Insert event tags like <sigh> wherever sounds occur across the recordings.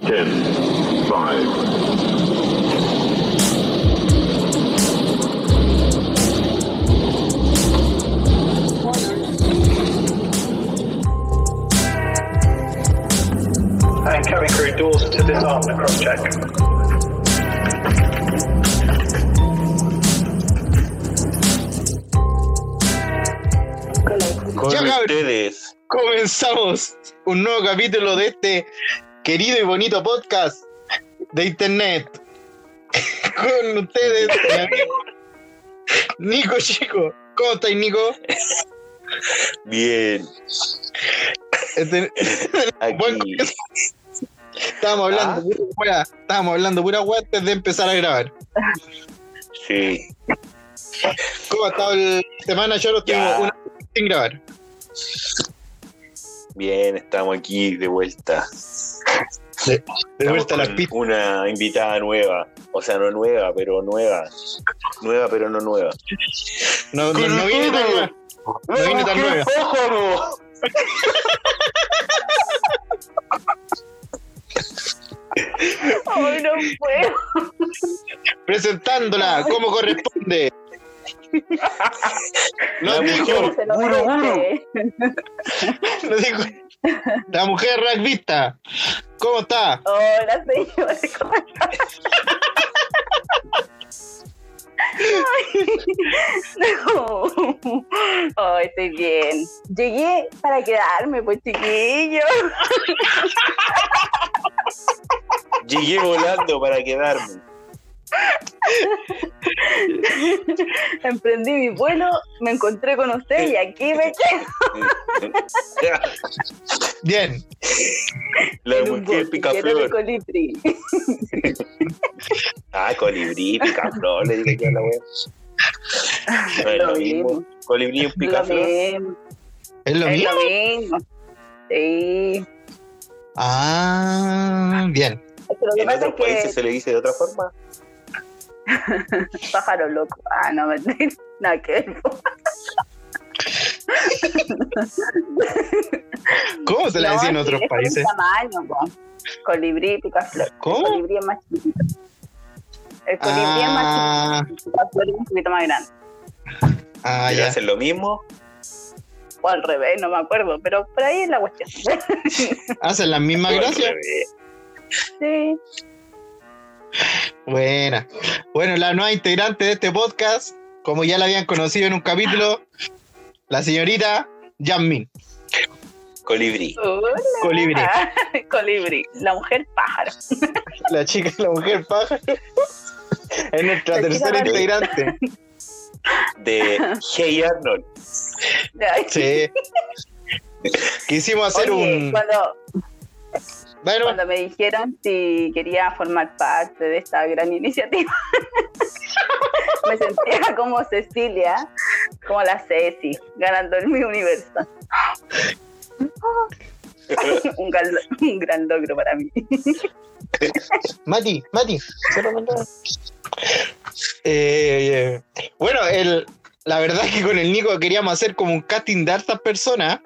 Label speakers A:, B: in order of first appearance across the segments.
A: 10, 5,
B: and cabin crew doors to disarm the cross check.
C: Con
D: Ya, cabrón.
C: ustedes.
D: Comenzamos un nuevo capítulo de este querido y bonito podcast de internet. <laughs> Con ustedes, mi amigo Nico Chico. ¿Cómo estáis, Nico?
C: Bien.
D: Este- Buen
C: Aquí.
D: comienzo. estábamos hablando
C: Ah.
D: pura weá, estábamos hablando pura weá antes de empezar a grabar.
C: Sí.
D: ¿Cómo ha estado la semana? Yo
C: Ya.
D: lo tengo una sin grabar.
C: Bien, estamos aquí de vuelta.
D: De
C: Estamos
D: vuelta a las
C: con
D: pistas.
C: Una invitada nueva. O sea, no nueva, pero nueva. Nueva, pero no nueva.
D: No, no, no viene tan nueva. No viene tan nueva.
E: Ay, no puedo.
D: Presentándola como corresponde.
C: La
E: <laughs>
D: Lo dijo,
C: mujer.
E: Se lo
C: Guru, guru.
E: merece.
D: lo dijo. La mujer rugbyista. ¿Cómo está?
E: Hola, señor. ¿Cómo <laughs> está? Ay, no. Ay, estoy bien. Llegué para quedarme, pues chiquillo.
C: Llegué volando para
E: <laughs>
C: quedarme.
E: Emprendí mi vuelo, me encontré con usted y aquí
C: Eh,
E: me quedo.
D: Bien.
C: La
E: en un
C: mujer
E: bosque lleno de
C: picaflor.
E: colibrí.
C: Ah, colibrí, picaflor, le digo yo a la wea. No es
E: Lo
C: lo mismo. Colibrí y un
E: Lo
C: picaflor.
E: mismo.
D: ¿Es lo
E: Es
D: mío?
E: lo mismo. Sí.
D: Ah, bien.
E: Es que lo que
C: En
E: pasa
C: otros países
E: es
C: se le dice de otra forma.
E: que pájaro loco. Ah, no, mentira. <laughs> Nada que ver.
D: ¿Cómo se la
E: No,
D: decía en
E: sí,
D: otros
E: es por un
D: países?
E: tamaño, po. Colibrí, picaflor. El
D: ¿Cómo?
E: colibrí es más chiquito. El colibrí es más
D: Ah,
E: chiquito, el picaflor es un poquito más grande.
D: ah,
C: ¿Le
D: ya.
C: hacen lo mismo?
E: O al revés, no me acuerdo, pero por ahí es
D: <laughs>
E: la cuestión.
D: ¿Hacen las mismas
C: Bueno,
D: gracias?
C: bebé.
E: sí.
D: Buena. Bueno, la nueva integrante de este podcast, como ya la habían conocido en un capítulo, la señorita Jasmine
C: Colibrí.
E: Hola.
D: Colibrí.
E: <laughs> colibrí, Ah, la mujer pájaro.
D: La chica, la mujer pájaro. Es nuestra
E: La chica
D: tercera
E: pájaro.
D: integrante.
E: <laughs>
C: De Hey Arnold.
E: Ay,
D: Sí. Quisimos hacer
E: oye,
D: un.
E: cuando,
D: Bueno,
E: cuando me dijeron si quería formar parte de esta gran iniciativa, <laughs> me sentía como Cecilia, como la Ceci, ganando el mi universo. <laughs> un, gran, un gran logro para mí. <laughs>
D: Mati, Mati. cierra la ventana. Eh, eh, bueno, el, la verdad es que con el Nico queríamos hacer como un casting de hartas personas.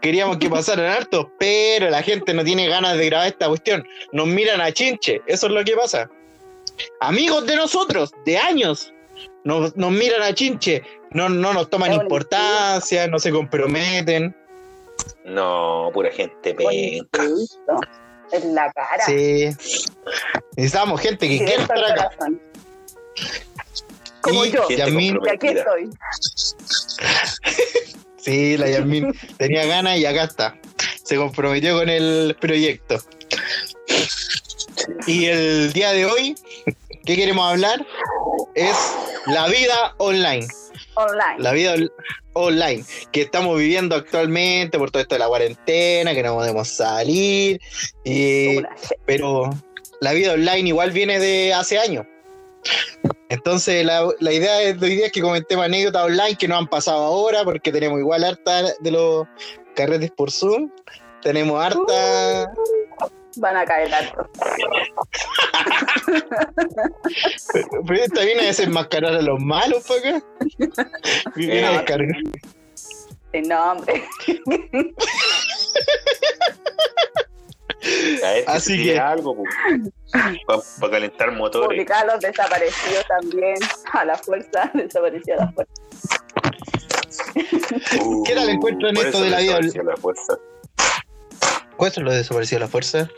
D: Queríamos que pasaran hartos, pero la gente no tiene ganas de grabar esta cuestión. Nos miran a chinche, eso es lo que pasa. Amigos de nosotros, de años, nos, nos miran a chinche. No, no nos toman
E: Qué bonito.
D: importancia, no se comprometen.
C: No, pura gente penca.
E: Bonito. En la cara.
D: Sí. Necesitamos gente que quiera
E: directo al
D: estar acá.
E: corazón. Como
D: Y
E: yo.
C: Gente
D: Yasmín-
E: Y aquí
C: comprometida.
E: estoy.
D: Sí, la Yasmin tenía ganas y acá está. Se comprometió con el proyecto. Y el día de hoy, ¿qué queremos hablar? Es la vida online.
E: Online.
D: La vida on- online que estamos viviendo actualmente por todo esto de la cuarentena, que no podemos salir. Y,
E: Una shit.
D: pero la vida online igual viene de hace años. Entonces la, la idea es, la idea es que comentemos anécdotas online que nos han pasado ahora, porque tenemos igual harta de los carretes por Zoom, tenemos harta,
E: Van a caer hartos.
D: pero esta viene a desenmascarar a los malos para acá. Viene a
C: Eh.
D: descargar.
E: Sin nombre.
C: A ver,
D: Así
C: se
D: que-
C: tira algo, Para calentar motores.
E: Publicar los desaparecidos también, <laughs> a la fuerza, <laughs> desapareció a la fuerza.
C: Uh,
D: ¿Qué tal encuentran
C: por
D: esto
C: eso
D: de la vida?
C: desapareció la fuerza.
D: ¿Cuál es lo de desaparecido de la fuerza?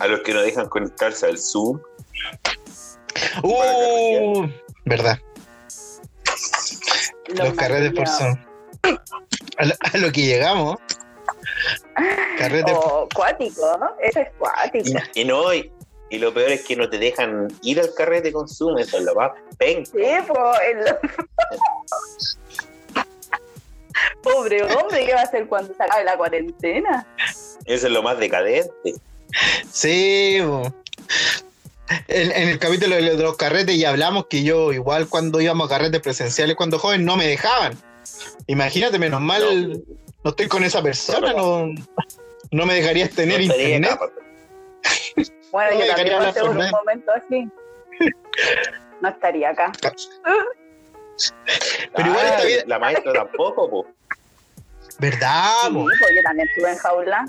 C: A los que no dejan conectarse al Zoom.
D: Uh, verdad. Los, carretes por
E: maquillados.
D: Zoom. A lo, a lo que llegamos. Carretes
E: O Oh, cuático, ¿no? Eso es cuático.
C: Y, y no, y, y lo peor es que no te dejan ir al carrete con Zoom. Eso es lo más penca.
E: Sí, po, el- <laughs> Pobre hombre, ¿qué va a hacer cuando se acabe la cuarentena?
C: Eso es lo más decadente.
D: Sí, bo. En, en el capítulo de los- de los carretes ya hablamos que yo, igual cuando íbamos a carretes presenciales cuando joven, no me dejaban. Imagínate, menos mal, no, estoy con esa persona, no, no me dejarías tener
C: No estaría
D: internet.
C: capaz.
E: Bueno,
D: No,
E: yo
D: me
E: también
D: quería
E: pasé por un
D: hablar <laughs>
E: momento así. No estaría acá.
D: Pero igual está
C: Ah,
D: bien.
C: La maestra tampoco, po.
D: pues. ¿Verdad?
E: Sí,
D: bo?
E: pues yo también estuve en jaula.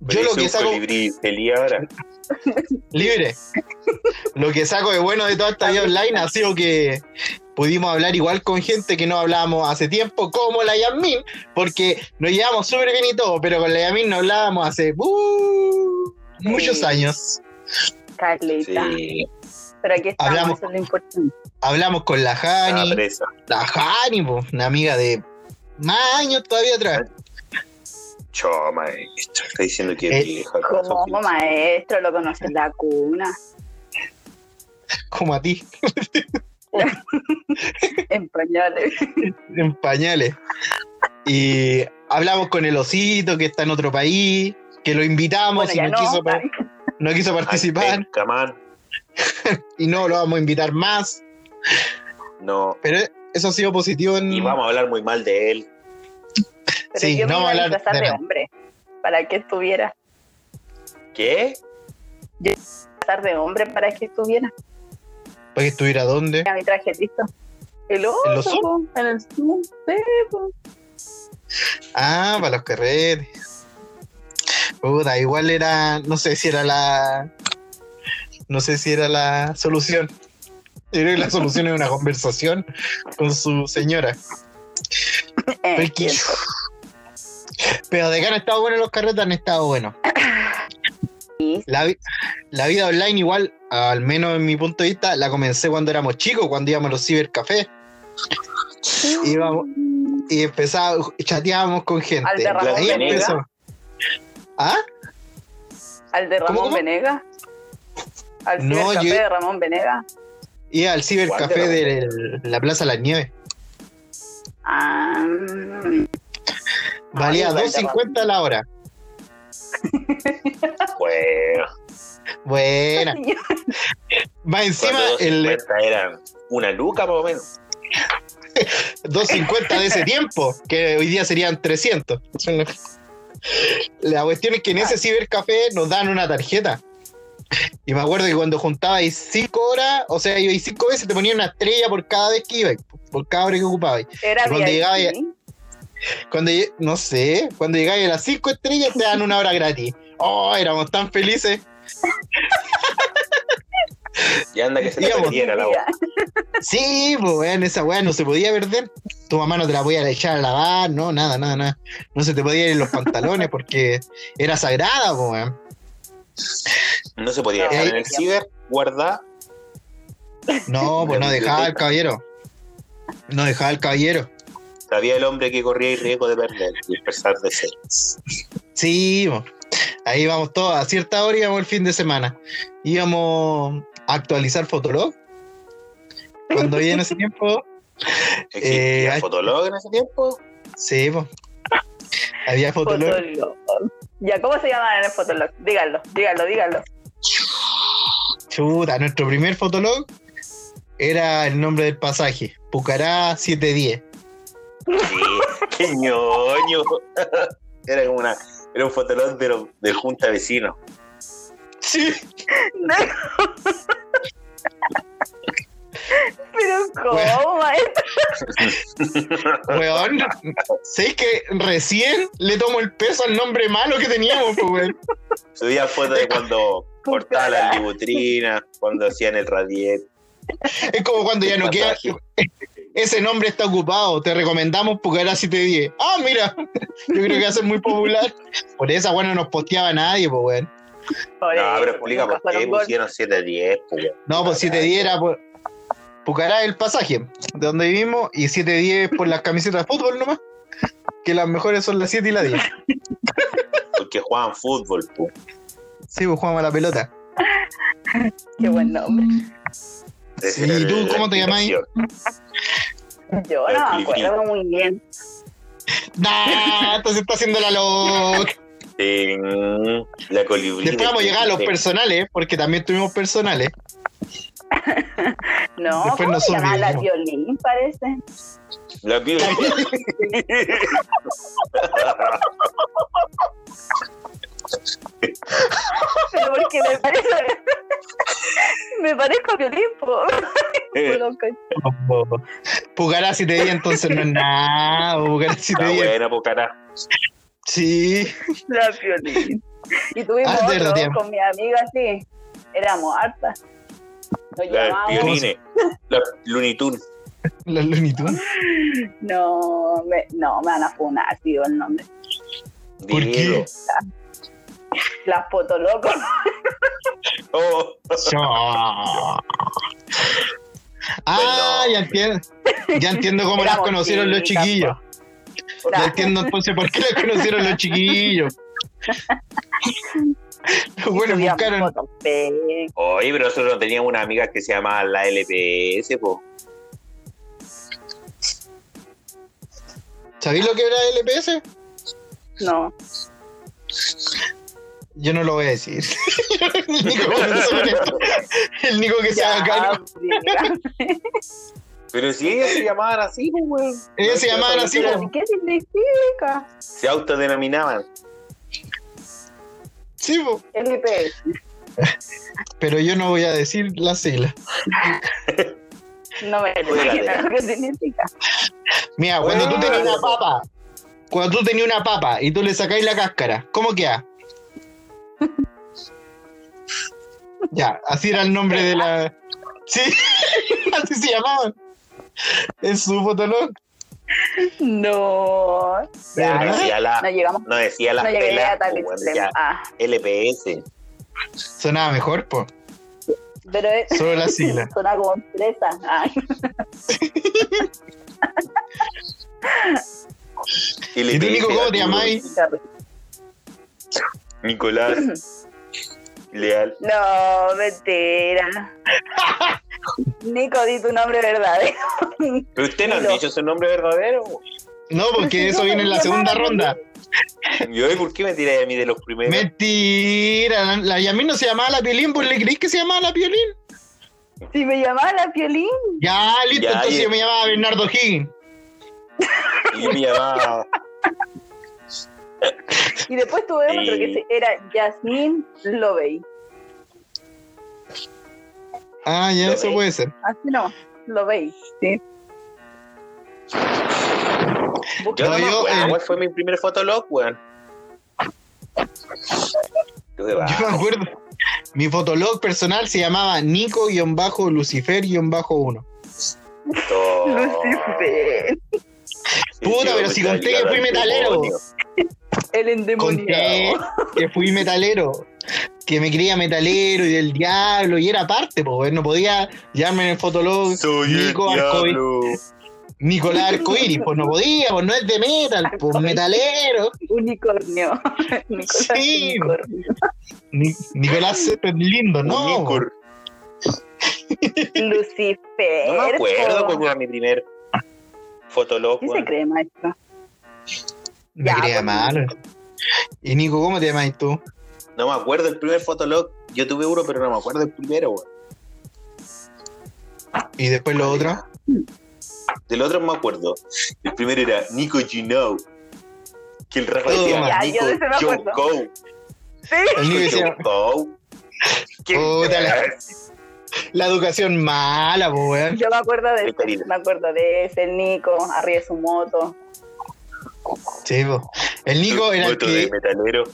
D: Yo lo que saco
C: Feliz ahora.
D: libre. <laughs> Lo que saco de bueno de toda esta vida online ha sido que pudimos hablar igual con gente que no hablábamos hace tiempo, como la Yasmin, porque nos llevamos súper bien y todo, pero con la Yasmin no hablábamos hace uh, muchos
E: Sí.
D: años.
E: Carlita.
C: Sí,
E: Pero aquí estamos,
D: Hablamos.
E: eso es lo importante.
D: Hablamos con la
C: estaba
D: Jani,
C: presa.
D: la Jani, po, una amiga de más años todavía atrás.
C: Chao, maestro. Está diciendo que
D: Eh,
C: es vieja.
E: Como
C: Sofía.
E: maestro, lo conoces en la cuna,
D: como a ti,
E: en pañales.
D: en pañales. Y hablamos con el osito que está en otro país, que lo invitamos
E: Bueno,
D: y
E: ya
D: no,
E: <laughs>
D: quiso,
E: no.
D: pa- no quiso
C: Ay,
D: participar.
C: penca, man.
D: y no lo vamos a invitar más.
C: No.
D: Pero eso ha sido positivo en.
C: Y vamos a hablar muy mal de él.
E: Pero
D: Sí,
E: yo
D: no
E: me iba a
D: hablar
E: disfrazar
D: de
E: de
D: nada.
E: hombre. Para que estuviera.
C: ¿Qué?
E: Disfrazar de hombre para que estuviera.
D: Para que estuviera donde.
E: A mi traje listo. El
D: ¿En los
E: oso,
D: Zoom?
E: po, en el Zoom. Sí, po.
D: Ah, para los carretes. Puta, igual era. No sé si era la. No sé si era la solución. Yo creo que la solución es una conversación con su señora.
E: Eh,
D: Pero, es que- pero de que han estado buenos los carretes, han estado
E: <coughs>
D: buenos.
E: Sí.
D: La, vi- la vida online, igual, al menos en mi punto de vista, la comencé cuando éramos chicos, cuando íbamos a los cibercafés. Íbamos, y empezaba, chateábamos con gente.
E: Al de Ramón
D: Ahí
E: Venegas.
D: empezó. ¿Ah?
E: Al de
D: ¿Cómo,
E: Ramón
D: cómo?
E: Venegas. Al
D: No,
E: café
D: yo-
E: de Ramón Venegas.
D: Y al cibercafé
C: ¿Cuál de
D: de la Plaza Las Nieves.
E: Ah,
D: Valía
E: igual de
D: 2.50 la hora.
C: Bueno.
E: <laughs>
D: Buena. Más encima,
C: Cuando
D: el
C: 250 era una luca, más o menos.
D: 2.50 de ese tiempo, que hoy día serían 300. La cuestión es que en ese cibercafé nos dan una tarjeta. Y me acuerdo que cuando juntabais 5 horas, o sea, ibais 5 veces, te ponían una estrella por cada vez que ibais, por cada hora que ocupabais.
E: era
D: Cuando llegaba
E: VIP.
D: Cuando, lle- no sé, cuando llegáis a las 5 estrellas te dan una hora gratis. Oh, éramos tan felices.
C: Y anda que se te
D: Digamos.
C: perdiera la voz.
E: Mira,
D: Sí, pues weón, esa weá no se podía perder. Tu mamá no te la podía echar a lavar, no, nada, nada, nada. No se te podía ir en los pantalones porque era sagrada, pues weón.
C: No se podía
E: No,
C: dejar
D: ahí-
C: en el ciber, guardar.
D: No, pues no dejaba al caballero. No dejaba al caballero.
C: Sabía el hombre que corría el riesgo de perder y expresar deseos.
D: Sí, po. ahí vamos todos. A cierta hora íbamos el fin de semana. Íbamos a actualizar Fotolog. Cuando había en ese tiempo,
C: ¿Existía
D: Eh, hay-
C: Fotolog en ese tiempo?
D: sí, pues. Había Fotolog.
E: Fotolog. Ya, ¿cómo se llamaban en el Fotolog? Díganlo, díganlo, <laughs> díganlo.
D: Chuta, nuestro primer fotolog era el nombre del pasaje, Pucará 710.
C: Sí, <laughs> qué ñoño. <laughs> Era como una. Era un fotolog de, los- de junta de vecinos.
D: Sí.
E: Pero ¿cómo, maestro?
D: Weón, sé que recién le tomo el peso al nombre malo que teníamos, pues, weón.
C: Subía fotos de cuando cortaban las libutrinas, cuando hacían el radiet.
D: Es como cuando ya no queda. Ese nombre está ocupado, te recomendamos porque era 7 de 10. Ah, mira, <laughs> yo creo que va a ser muy popular. Por esa, bueno, no nos posteaba nadie, pues, weón.
E: Pobre,
C: No, pero explica
E: nunca
C: por qué
E: fueron gol.
C: pusieron 7-10. pues.
D: No, pues 7-10 era por. Pucará el pasaje, de donde vivimos, y 7-10 es por las camisetas de fútbol nomás. Que las mejores son las 7 y las 10.
C: Porque jugaban fútbol, pues.
D: Sí, pues jugamos a la pelota.
E: Qué buen nombre.
C: Esa
D: ¿Y
C: era
D: tú
C: la
D: cómo te llamás?
C: explicación.
E: Yo no me acuerdo muy bien.
D: Nah, esto se está haciendo la loca.
C: Eh, la colibrí.
D: Después vamos a llegar a los
C: Sí.
D: personales, porque también tuvimos personales.
E: No,
D: Después
E: ¿cómo
D: nos
E: se llama? La
D: olvidamos.
E: violín, parece.
C: La
D: <laughs>
C: piba.
E: Pero porque me parece. <laughs> me parezco a violín, po. Loco.
D: Pucará 7-10 entonces no es nada. Pucará 7-10.
C: Está buena, Pucará.
D: Sí.
E: La violín. Y tuvimos
D: Ah, es verdad,
E: otro
D: tiempo.
E: con mi amiga así. Éramos hartas.
C: La
E: Nos
C: del
E: llamábamos.
C: Piolines. La Looney Tunes.
D: Las Looney Tunes.
E: No, me, no, me van a funar, tío, el nombre.
D: ¿Por
C: Diego.
D: qué?
E: Las potolocos.
C: Oh,
D: Yo. Ah, ya entiendo. Ya entiendo cómo las
E: Éramos
D: conocieron los
E: chicas,
D: chiquillos.
E: po.
D: Ya
E: Nah,
D: entiendo entonces por qué las conocieron
C: <laughs>
D: los chiquillos. Bueno,
E: subíamos
D: buscaron.
E: fotos, pe.
C: Oye, pero nosotros teníamos una amiga que se llamaba la LPS, po.
D: ¿Sabéis lo que era LPS?
E: No.
D: Yo no lo voy a decir. <laughs> el Nico comenzó con esto. El Nico <laughs> que se
C: Ah,
D: haga cargo.
E: mira.
C: Pero si ellas se llamaban así, pues, weón.
D: Ellos se
C: No,
D: llamaban
C: no,
D: <laughs> así,
C: no,
D: po.
E: Pero, ¿Qué significa?
C: Se autodenominaban.
D: Sí, po.
E: LPS.
D: Pero yo no voy a decir la sigla.
E: No me imagino lo que significa.
D: Mira, cuando tú
C: Ah.
D: tenías una papa, cuando tú tenías una papa y tú le sacáis la cáscara, ¿cómo
E: <laughs>
D: queda? ya, así era el nombre de la. Sí, <laughs> así se llamaban. En su fotolog.
E: No.
C: No
D: ¿Verdad?
E: Ya,
C: decía la,
E: no llegamos.
C: no decía la
E: No llegué
C: pelas,
E: a tal
C: po, weón,
E: extremo.
C: decía
E: Ah,
C: LPS.
D: Sonaba mejor, po.
E: pero es.
D: Solo la sigla.
E: <laughs> Suena como empresa. Ay,
D: ¿Y tú, Nico, cómo te llamáis?
C: Nicolás. <laughs> Leal.
E: no, mentira.
D: <laughs>
E: Nico, di tu nombre verdadero.
D: <laughs>
C: Pero usted no ha
E: Nilo.
C: dicho su nombre verdadero.
D: No,
E: Pero
D: porque
E: si
D: eso
E: no
D: viene en la
E: tenía
D: segunda
E: nada,
D: ronda.
C: Yo, ¿por qué me tiré a mí de los primeros?
D: Mentira, la- la Yamil no se llamaba la violín, ¿por le creís que se llamaba la violín?
E: Si me llamaba la piolín,
D: Ya, listo,
C: Ya,
D: entonces
C: ya.
D: yo me llamaba Bernardo Higgins.
C: Y yo me llamaba.
E: y después tuve
C: Sí.
E: otro que se- era Jasmine Lovey.
D: Ah, ya,
C: Lo
D: eso
C: veis.
D: puede ser. <laughs>
E: Así no, Lovey. Sí.
C: Yo no,
D: No,
C: me
D: yo,
C: acuerdo
D: eh,
C: cuál fue mi primer fotolog, weón. Tú te vas.
D: Yo me acuerdo. Mi fotolog personal se llamaba Nico-Lucifer-1.
C: Oh.
E: Lucifer,
C: Sí,
D: Puta,
C: sí,
D: pero si
C: me
D: conté que
C: salió
D: fui
C: del
D: metalero.
C: demonio.
E: el
D: Conté
E: endemoniado.
D: que
E: <laughs>
D: fui metalero, que me creía metalero y del diablo, y era parte, pues no podía llamarme en el fotolog
C: Soy el
D: Nico Arcoí-
C: diablo.
D: Nicolás Arcoiris, pues no podía, pues no es de
E: <laughs>
D: metal, pues metalero.
E: Unicornio. <laughs> Nicolás
D: Sí.
E: Unicornio.
D: Ni-
E: <laughs>
D: Nicolás es lindo, ¿no? pues,
C: Nico.
E: Lucifer.
C: No me acuerdo
E: po.
D: pues,
C: cuál era mi primer fotolog,
E: ¿Qué se
C: weón.
E: cree, maestro?
D: Me
E: Ya,
D: creía
E: pues.
D: malo. Y Nico, ¿cómo te llamas tú?
C: No me acuerdo el primer fotolog. Yo tuve uno, pero no me acuerdo el primero, weón.
D: Y después lo otro.
C: Del otro no me acuerdo. El primero era Nico Gino. Que el rato
D: Todo
C: decía
E: mal. Oh. Ya,
C: Nico
E: yo de ese me acuerdo.
C: Joko.
E: Sí.
D: El Nico decía, "Oh,
C: Joko. ¿Qué
D: Puta la- La educación mala, po, weón.
E: <laughs> Yo me acuerdo de
C: Está
E: ese,
C: bien.
E: me acuerdo de ese, el Nico, arriba de su moto.
D: Sí, po. El Nico era el
C: Voto
D: que
C: de metalero.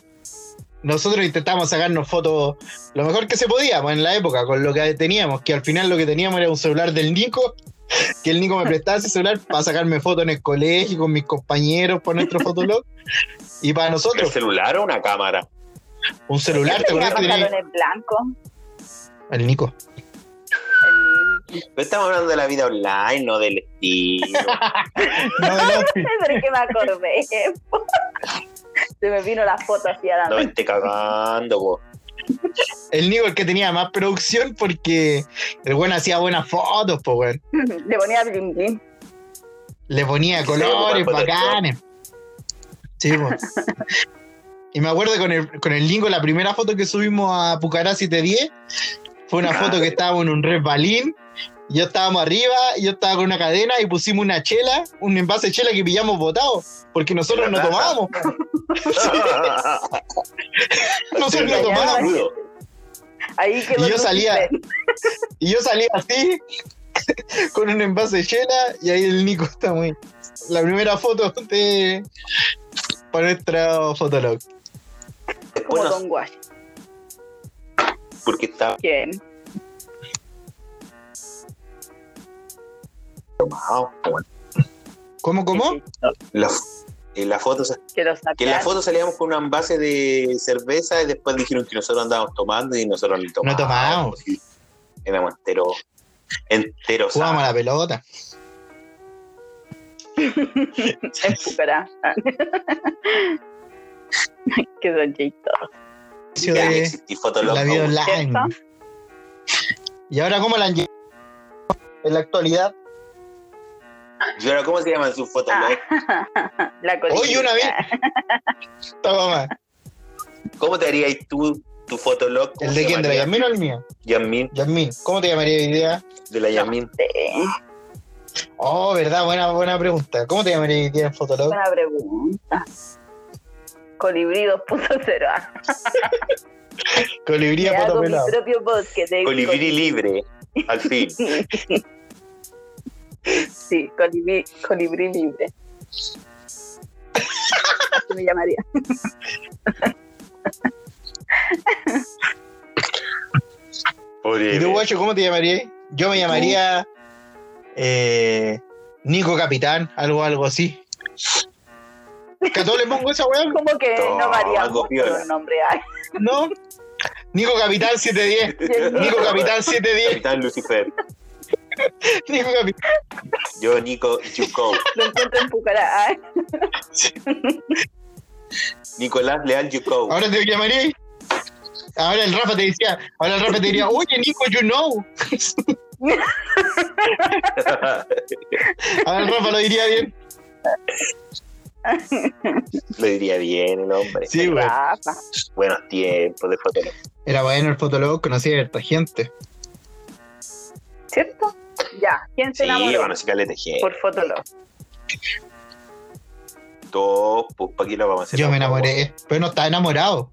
D: nosotros intentábamos sacarnos fotos lo mejor que se podía pues, en la época con lo que teníamos, que al final lo que teníamos era un celular del Nico, <laughs> que el Nico me prestaba ese celular para sacarme fotos en el colegio con mis compañeros por nuestro fotolog y para
C: ¿El
D: nosotros
C: celular o una cámara?
D: un celular ¿te
E: Tenía
D: acuerdas? Tenía
E: pantalones blancos.
D: el Nico.
E: el Nico. <laughs>
C: Pero estamos hablando de la vida online, no del estilo.
D: No, del outfit.
E: Pero que me acordé. <laughs> Se me vino la foto así a la
C: no me
E: mente.
C: esté cagando,
D: <laughs>
C: po.
D: el Nico el que tenía más producción porque el bueno hacía buenas fotos, pues weón.
E: <laughs> Le ponía bling bling.
D: Le ponía colores
C: ocupaba protección.
D: bacanes. Sí, po. Y me acuerdo con el, con el Lingo, la primera foto que subimos a Pucará 710 fue una foto que estábamos en un resbalín. Yo estábamos arriba, yo estaba con una cadena y pusimos una chela, un envase de chela que pillamos botado, porque nosotros
C: En
D: no
C: la plaza.
D: tomábamos. Nosotros no
E: Sí,
D: tomábamos.
C: Crudo.
E: Ahí quedó
D: Y yo
E: tu
D: salía.
E: chisme.
D: Y yo salí así, <laughs> con un envase de chela, y ahí el Nico está muy. La primera foto de. para nuestro fotolog.
C: Después
E: Como
C: no sé
E: Don Guay.
C: por qué estaba
E: ¿Quién?
C: tomado. weón.
D: ¿Cómo, cómo?
C: ah, La, en la foto, sa-
E: Que lo
C: que en la
E: sacaron.
C: foto salíamos con un envase de cerveza y después dijeron que nosotros andábamos tomando y nosotros ni
D: No
C: tomábamos.
D: tomábamos.
C: sí. Éramos enteros. Enteros.
D: Jugábamos a la pelota.
E: En Pucará. que son chistosos.
D: Vicio
C: Ya
D: de
C: existí Fotolog,
D: la vida
C: aún.
D: online.
E: ¿Cierto?
D: ¿Y ahora cómo la han llevado en la actualidad?
C: ¿Y ahora cómo se llaman sus fotolog?
E: La
D: Hoy
E: coletilla.
D: una vez. Toma más.
C: ¿Cómo te harías tú tu fotolog? ¿Cómo
D: ¿El de
C: se
D: quién? ¿De la
C: llamaría?
D: Yasmin o el mío?
C: Yasmín,
D: Yasmin, ¿cómo te llamaría hoy día?
C: de la Yasmín.
E: Sí,
D: Oh, verdad, buena, buena pregunta. ¿Cómo te llamaría hoy día en fotolog?
E: buena pregunta. Colibrí 2.0.
D: Colibrí
E: Me
D: a
E: Ah, hago
D: poto
E: mi
D: pelado.
E: propio bosque de
C: Colibrí libre, al fin.
E: Sí, colibrí, colibrí libre. Así me llamaría.
D: ¿Y
C: Pobre.
D: tú, guacho, cómo te llamarías? Yo me llamaría eh, Nico Capitán, algo, algo así. ¿Que a todos le pongo esa weón?
E: Como que no
C: Toma,
E: varía mucho
C: copiola.
E: los nombres. Ay,
D: ¿No? Nico Capitán 710. Nico
C: <laughs>
D: Capitán 710.
C: Capitán Lucifer.
D: Nico Capitán.
C: Yo, Nico Yuko.
E: lo encuentro en Pucará. Ay,
C: Nicolás Leal Yuko.
D: Ahora te llamaría. Ahora el Rafa te decía, ahora el Rafa te diría, oye Nico, you know. Ahora el Rafa lo diría bien.
C: <laughs> Lo diría bien el hombre.
D: Sí, weón.
E: Rafa.
C: Buenos tiempos de fotolog.
D: Era bueno el fotólogo, conocía a esta gente.
E: ¿Cierto? Ya. ¿Quién se
C: Sí,
E: enamoró?
C: van a E sacarle tejer.
E: Por fotolog.
C: Todo, pues, ¿para qué lo vamos a hacer?
D: Yo me enamoré, pero no estaba enamorado.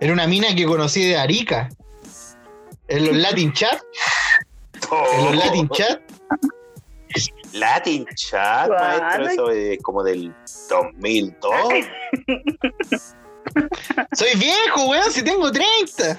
D: Era una mina que conocí de Arica. En los Latin Chat,
C: <laughs> Todo.
D: en los Latin Chat,
C: Latin Chat,
E: Guau.
C: maestro. Eso es como del 2002.
E: Ah,
D: Soy viejo, weón, si tengo 30.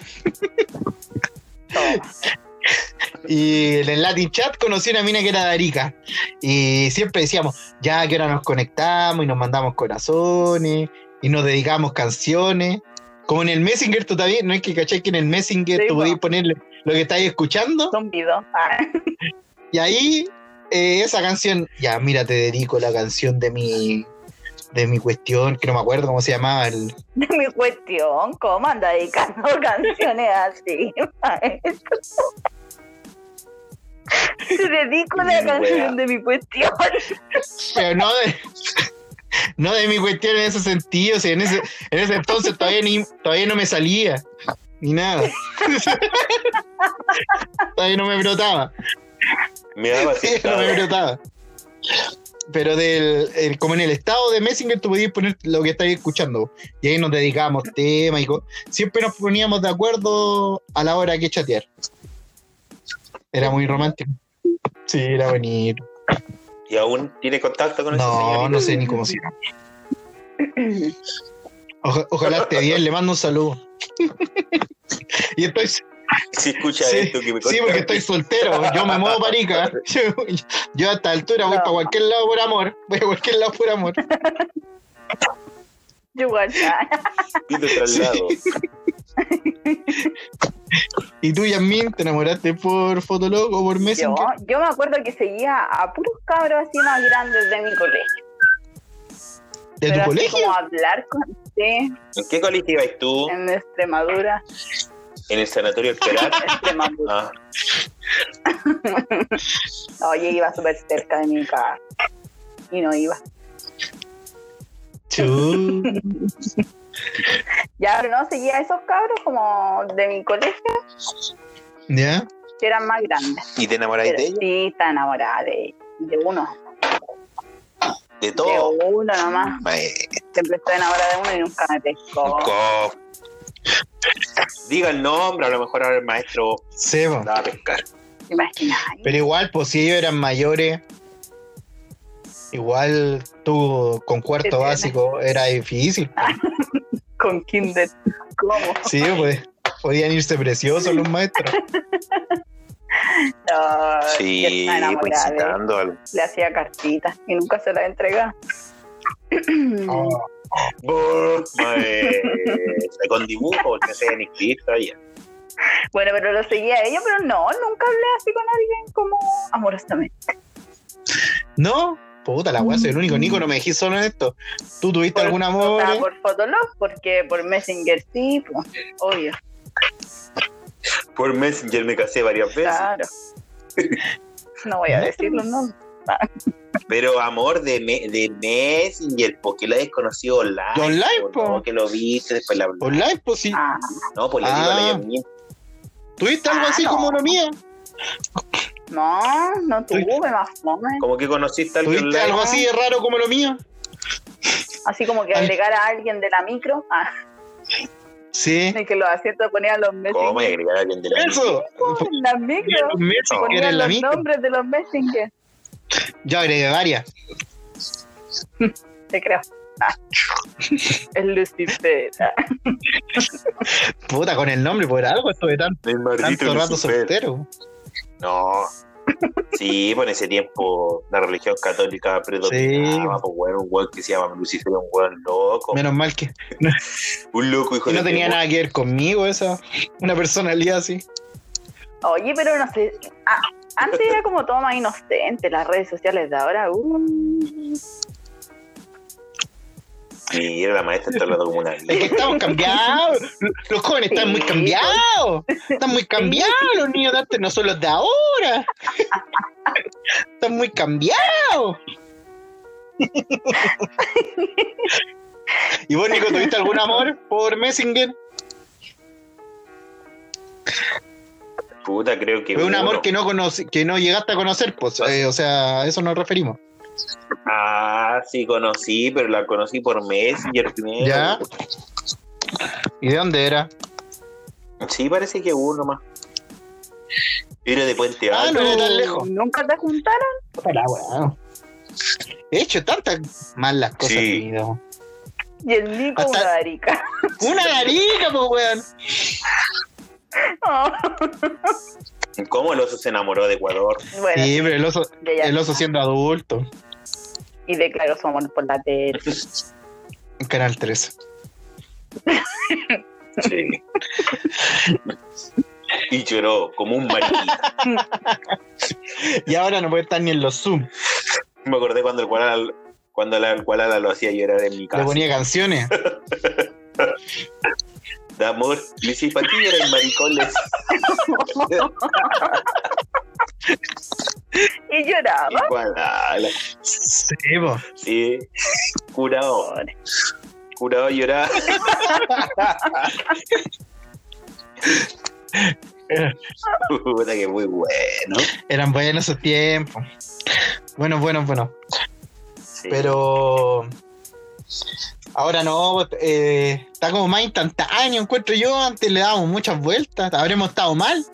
D: y en el Latin Chat conocí una mina que era de Arica. Y siempre decíamos, ya que ahora nos conectamos y nos mandamos corazones y nos dedicamos canciones. Como en el Messenger tú también, no es que cachai que en el Messenger
E: Sí,
D: tú
E: po.
D: podías ponerle lo que estáis escuchando.
E: Son vidos. Ah,
D: Y ahí eh, esa canción, ya mira, te dedico la canción de mi de mi cuestión, que no me acuerdo cómo se llamaba el,
E: de mi cuestión, ¿cómo anda dedicando <laughs> canciones así, maestro? Te dedico la
C: Ni
E: canción
C: wea.
E: de mi cuestión.
D: pero no de, no de mi cuestión en ese sentido, o sea, en, ese, en ese entonces todavía, ni, todavía no me salía, ni nada. todavía no me brotaba,
C: Me daba
D: <laughs>
C: así.
D: todavía no me brotaba. Pero del, el- como en el estado de Messenger tú podías poner lo que estáis escuchando. Y ahí nos dedicábamos temas y co- siempre nos poníamos de acuerdo a la hora que chatear. Era muy romántico. Sí, era bonito.
C: ¿Y aún tiene contacto con ese
D: No,
C: señor?
D: no sé ni cómo se llama. Oja- ojalá esté bien, le mando un saludo. <laughs> y estoy,
C: Si escucha
D: Sí,
C: esto que me
D: sí,
C: contacte.
D: porque estoy soltero, yo me muevo parica. <laughs> Yo, yo a esta altura voy
E: No.
D: para cualquier lado por amor. Voy a cualquier lado por amor.
E: Yo igual, ya.
C: Pito traslado.
D: ¿Y tú, Yasmin, te enamoraste por Fotolog o por
E: yo,
D: Messenger?
E: yo me acuerdo que seguía a puros cabros así más grandes de mi colegio.
D: ¿De
E: Pero
D: tu
E: así
D: colegio?
E: Como hablar con sí,
C: ¿En qué colegio ibas tú?
E: en Extremadura.
C: ¿En el sanatorio escolar?
E: <laughs> Extremadura.
C: <laughs> Ah,
E: Oye, iba súper cerca de mi casa. Y no iba.
D: Chu.
E: Ya, pero no, seguía a esos cabros como de mi colegio,
D: ¿Ya?
E: que eran más grandes.
C: ¿Y te enamoráis
E: Pero
C: de ella?
E: sí, está enamorada de, de uno.
C: De
E: De
C: todo.
E: uno nomás.
C: Maestro.
E: Siempre estoy enamorada de uno y nunca me pescó.
C: Co- Diga el nombre, a lo mejor ahora el maestro
D: Seba.
C: andaba a pescar.
E: Imagina.
D: Pero igual, pues si ellos eran mayores, igual tú con cuarto
E: tiene?
D: básico era difícil. pues.
E: Con kinder. ¿Cómo?
D: Sí, pues podían irse preciosos los maestros.
E: <laughs> No, yo
C: Sí,
E: estaba enamorada de él.
C: visitando al.
E: Le hacía cartitas y nunca se las entregaba.
C: <clears throat>
D: Oh,
C: <laughs> Maestro, Con dibujo, que se inscribir todavía.
E: Bueno, pero lo seguía a ella, pero no, nunca hablé así con alguien como amorosamente.
D: ¿No? Puta, la weá, soy el único. Nico, no me dijiste solo en esto. ¿Tú tuviste algún amor?
E: O sea,
D: eh?
E: por Fotolog, porque por Messenger sí, pues, obvio,
C: Por Messenger me casé varias veces.
E: claro. No voy a decirlo, no.
C: Pero amor de, me- de Messenger, porque la he desconocido online.
D: ¿De online,
C: ¿no?
D: po?
C: que lo viste, después la habló.
D: Online, pues sí.
E: Ah,
C: No, pues le digo a
D: Ah.
C: la Yasmin.
D: ¿Tuviste algo
E: Ah,
D: así
E: no.
D: como lo mío?
E: no, no tuve más fome.
C: Como que conociste a alguien
D: ¿Tuviste
C: online.
D: algo así de raro como lo mío?
E: Así como que
D: Ay.
E: agregar a alguien de la micro, ah,
D: Sí.
E: y <laughs> que los asientos ponían los
C: ¿Cómo me
E: <laughs> Messenger.
C: agregar a alguien de la
D: Eso.
E: En las micro,
D: Los meses que era
E: ponían
D: en la
E: los
D: micro.
E: nombres de los Messenger.
D: Yo agregué varias.
E: Te creo. Ah. <laughs> El Lucifer. ah.
D: Puta, con el nombre, por algo estuve tan,
C: El
D: tanto rato soltero.
C: No. Sí, pues en ese tiempo la religión católica predominaba, pues bueno, un weón que se llama Lucifer, un weón loco,
D: Menos mal que
C: un loco hijo
D: Y
C: de
D: no tenía
C: demonio.
D: nada que ver conmigo esa, una personalidad así.
E: Oye, pero no sé. ah, antes era como todo más inocente, las redes sociales de ahora. uh.
C: Sí, era la maestra está hablando como una
D: Es que
C: ley.
D: estamos cambiados. Los jóvenes están muy
E: Sí.
D: cambiados. Están muy cambiados. Los niños de antes no son los de ahora. Están muy cambiados. ¿Y vos, Nico, tuviste algún amor por Messinger?
C: Puta, creo que.
D: Fue un
C: uno.
D: amor que no, conoce, que no llegaste a conocer, pues. eh, o sea, a eso nos referimos.
C: Ah, sí, conocí, pero la conocí por Messenger primero.
D: ¿Ya? ¿Y de dónde era?
C: Sí, parece que uno más. Era de Puente
D: Ah,
C: Alto.
D: no era tan lejos.
E: ¿Nunca te juntaron?
D: He hecho tantas malas cosas.
C: Sí.
D: en mi vida, weón.
E: Y el Nico
D: Hasta-
E: una de Arica.
D: Una narica, pues, weón.
E: <laughs> Oh,
C: ¿Cómo el oso se enamoró de Ecuador?
E: bueno,
D: Sí, pero el oso,
E: de ella.
D: el oso siendo adulto.
E: Y declaró su amor por la
D: <laughs>
E: tele. <laughs>
D: En Canal 3.
C: Sí. y lloró como un mariquita.
D: Y ahora no puede estar ni en los Zoom.
C: Me acordé cuando el Kuala, cuando la, el Kuala lo hacía llorar en mi
D: Le
C: casa.
D: ponía canciones.
C: De amor, mis simpatías eran maricones.
E: Y lloraba.
C: Y Kuala,
D: Sí, po.
C: sí. Curado,
E: Pobre.
C: curado lloraba. Puta que muy bueno.
D: Eran buenos esos tiempos. Bueno, bueno, bueno.
C: Sí.
D: Pero. Ahora no, eh, está como más instantáneo, encuentro yo. Antes le dábamos muchas vueltas, habremos estado mal.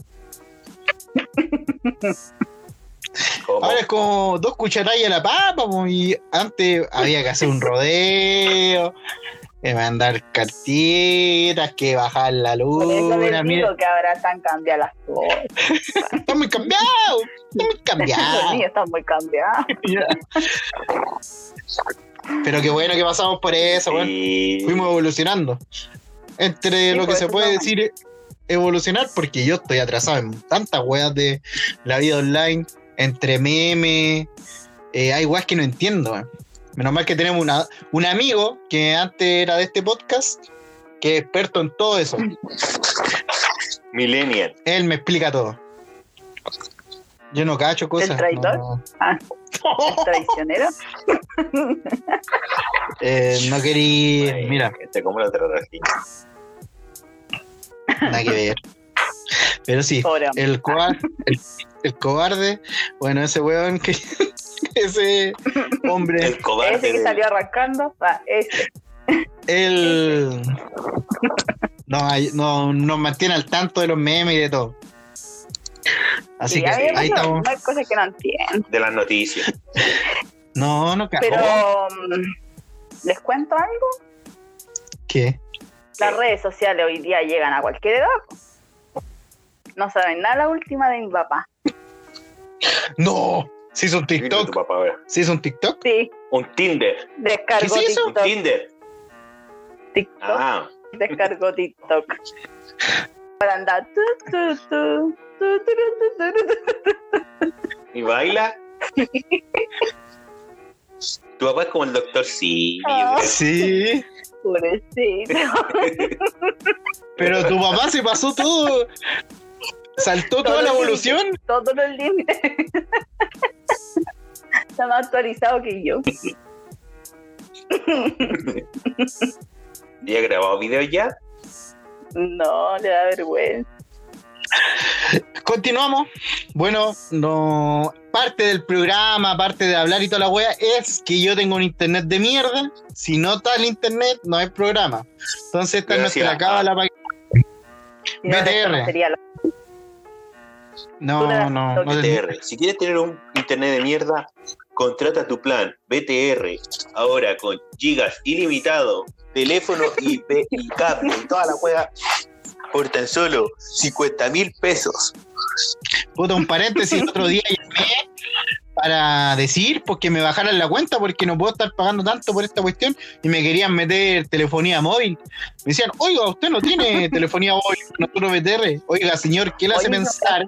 C: ¿Cómo?
D: Ahora es como dos cucharadillas a la papa, po, y antes había que hacer un rodeo, eh, mandar cartitas, que bajar la luz.
E: Por eso
D: Mira,
E: les digo que ahora están cambiadas las cosas.
D: está muy cambiado, está muy
E: <laughs> Los
D: cambiado.
E: niños están muy cambiados.
D: Pero qué bueno que pasamos por eso, weón.
C: Sí.
D: fuimos evolucionando. Entre
E: Sí,
D: lo que
E: pues,
D: se
E: eso
D: puede
E: está
D: decir e- evolucionar, porque yo estoy atrasado en tantas weas de la vida online, entre memes, eh, hay weas que no entiendo. weón. Menos mal que tenemos una- un amigo que antes era de este podcast, que es experto en todo eso.
E: Mm.
C: Millennial.
D: Él me explica todo. Yo no cacho cosas.
E: traidor?
D: No,
E: Ah, ¿es traicionero?
D: eh, no quería.
C: Ay,
D: Mira.
C: Este, ¿Cómo lo tratas?
D: Nada que ver. Pero sí,
E: Pobre hombre.
D: el, cobar- el, el cobarde, bueno, ese weón que. <laughs> Ese hombre,
C: El cobarde.
E: Ese que
C: del-
E: salió arrancando, ah, ese.
D: él. No, hay- no, nos mantiene al tanto de los memes y de todo. Así
E: Sí,
D: que
E: a mí me
D: ahí
E: pasa-
D: estamos.
E: no hay cosas que no entiendo.
C: de las noticias.
D: No, no cagó.
E: Pero, mm, ¿les cuento algo?
D: oh, ¿Qué?
E: Las redes sociales hoy día llegan a cualquier edad. No saben nada la última de mi papá.
D: ¡No! Se hizo un
C: Dile a tu
D: TikTok.
C: papá ahora.
D: Se hizo un TikTok.
E: Sí,
C: Un Tinder.
E: descargó
D: ¿Qué es eso?
C: Un
E: TikTok.
C: Tinder.
E: TikTok.
C: Ah,
E: Descargó TikTok. Para andar. tu, tu, tu, tu, tu, tu, tu, tu, tu.
C: ¿y
E: <laughs>
C: baila? tu papá es como el doctor Simi.
E: Ah.
C: yo
D: Sí.
E: Pobrecito. Ah.
C: <laughs>
D: Pero tu papá se pasó todo. Saltó toda
E: Todo
D: la
E: el-
D: evolución.
E: Todos los límites. Está más actualizado que yo.
C: creo. ¿Y ha grabado video ya?
E: No, le da vergüenza.
D: Continuamos. Bueno, no. Parte del programa, parte de hablar y toda la wea, es que yo tengo un internet de mierda. Si no está el internet, no hay programa. Entonces, esta es
C: Gracias.
D: nuestra cábala para
E: Si no,
D: BTR.
E: esto no sería lo- Tú le
D: No,
E: das
D: no,
E: toque.
D: no. te-
C: BTR. Si quieres tener un internet de mierda, contrata tu plan BTR. Ahora con gigas ilimitado, teléfono y, <laughs> pe- y cable y toda la juega por tan solo 50 mil pesos.
D: Puta, un paréntesis, otro día llamé para decir porque me bajaran la cuenta porque no puedo estar pagando tanto por esta cuestión y me querían meter telefonía móvil. Me decían, oiga, usted no tiene telefonía móvil, nosotros BTR. Oiga, señor, ¿qué le hace
E: Oye, no,
D: pensar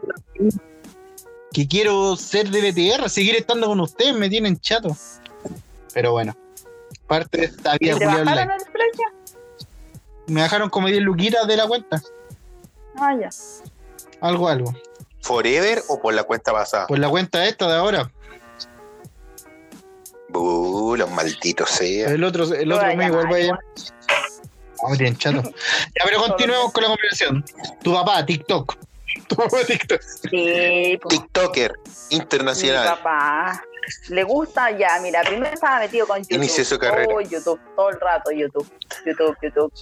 D: que quiero ser de BTR, seguir estando con ustedes? Me tienen chato. Pero bueno, parte de esta
E: ¿Y
D: vida
E: ¿Te
D: culiao
E: bajaron
D: online.
E: el precio?
D: Me bajaron como 10 luquitas de la cuenta,
E: Ah, ya.
D: algo, algo.
C: ¿Forever o por la cuenta pasada?
D: Por la cuenta esta de ahora,
C: Uh, los malditos sea.
D: El otro, el otro
E: Lo voy a
D: amigo,
E: llamar,
D: igual vaya.
E: igual.
D: Ah, me tienen chato. Ya, pero continuemos con la conversación. Tu papá, TikTok. Tu papá, TikTok.
E: Sí, pues,
C: TikToker
E: mi papá. Le gusta ya, mira, primero estaba metido con YouTube.
C: Inició su carrera.
E: Oh, YouTube, todo el rato YouTube, YouTube, YouTube.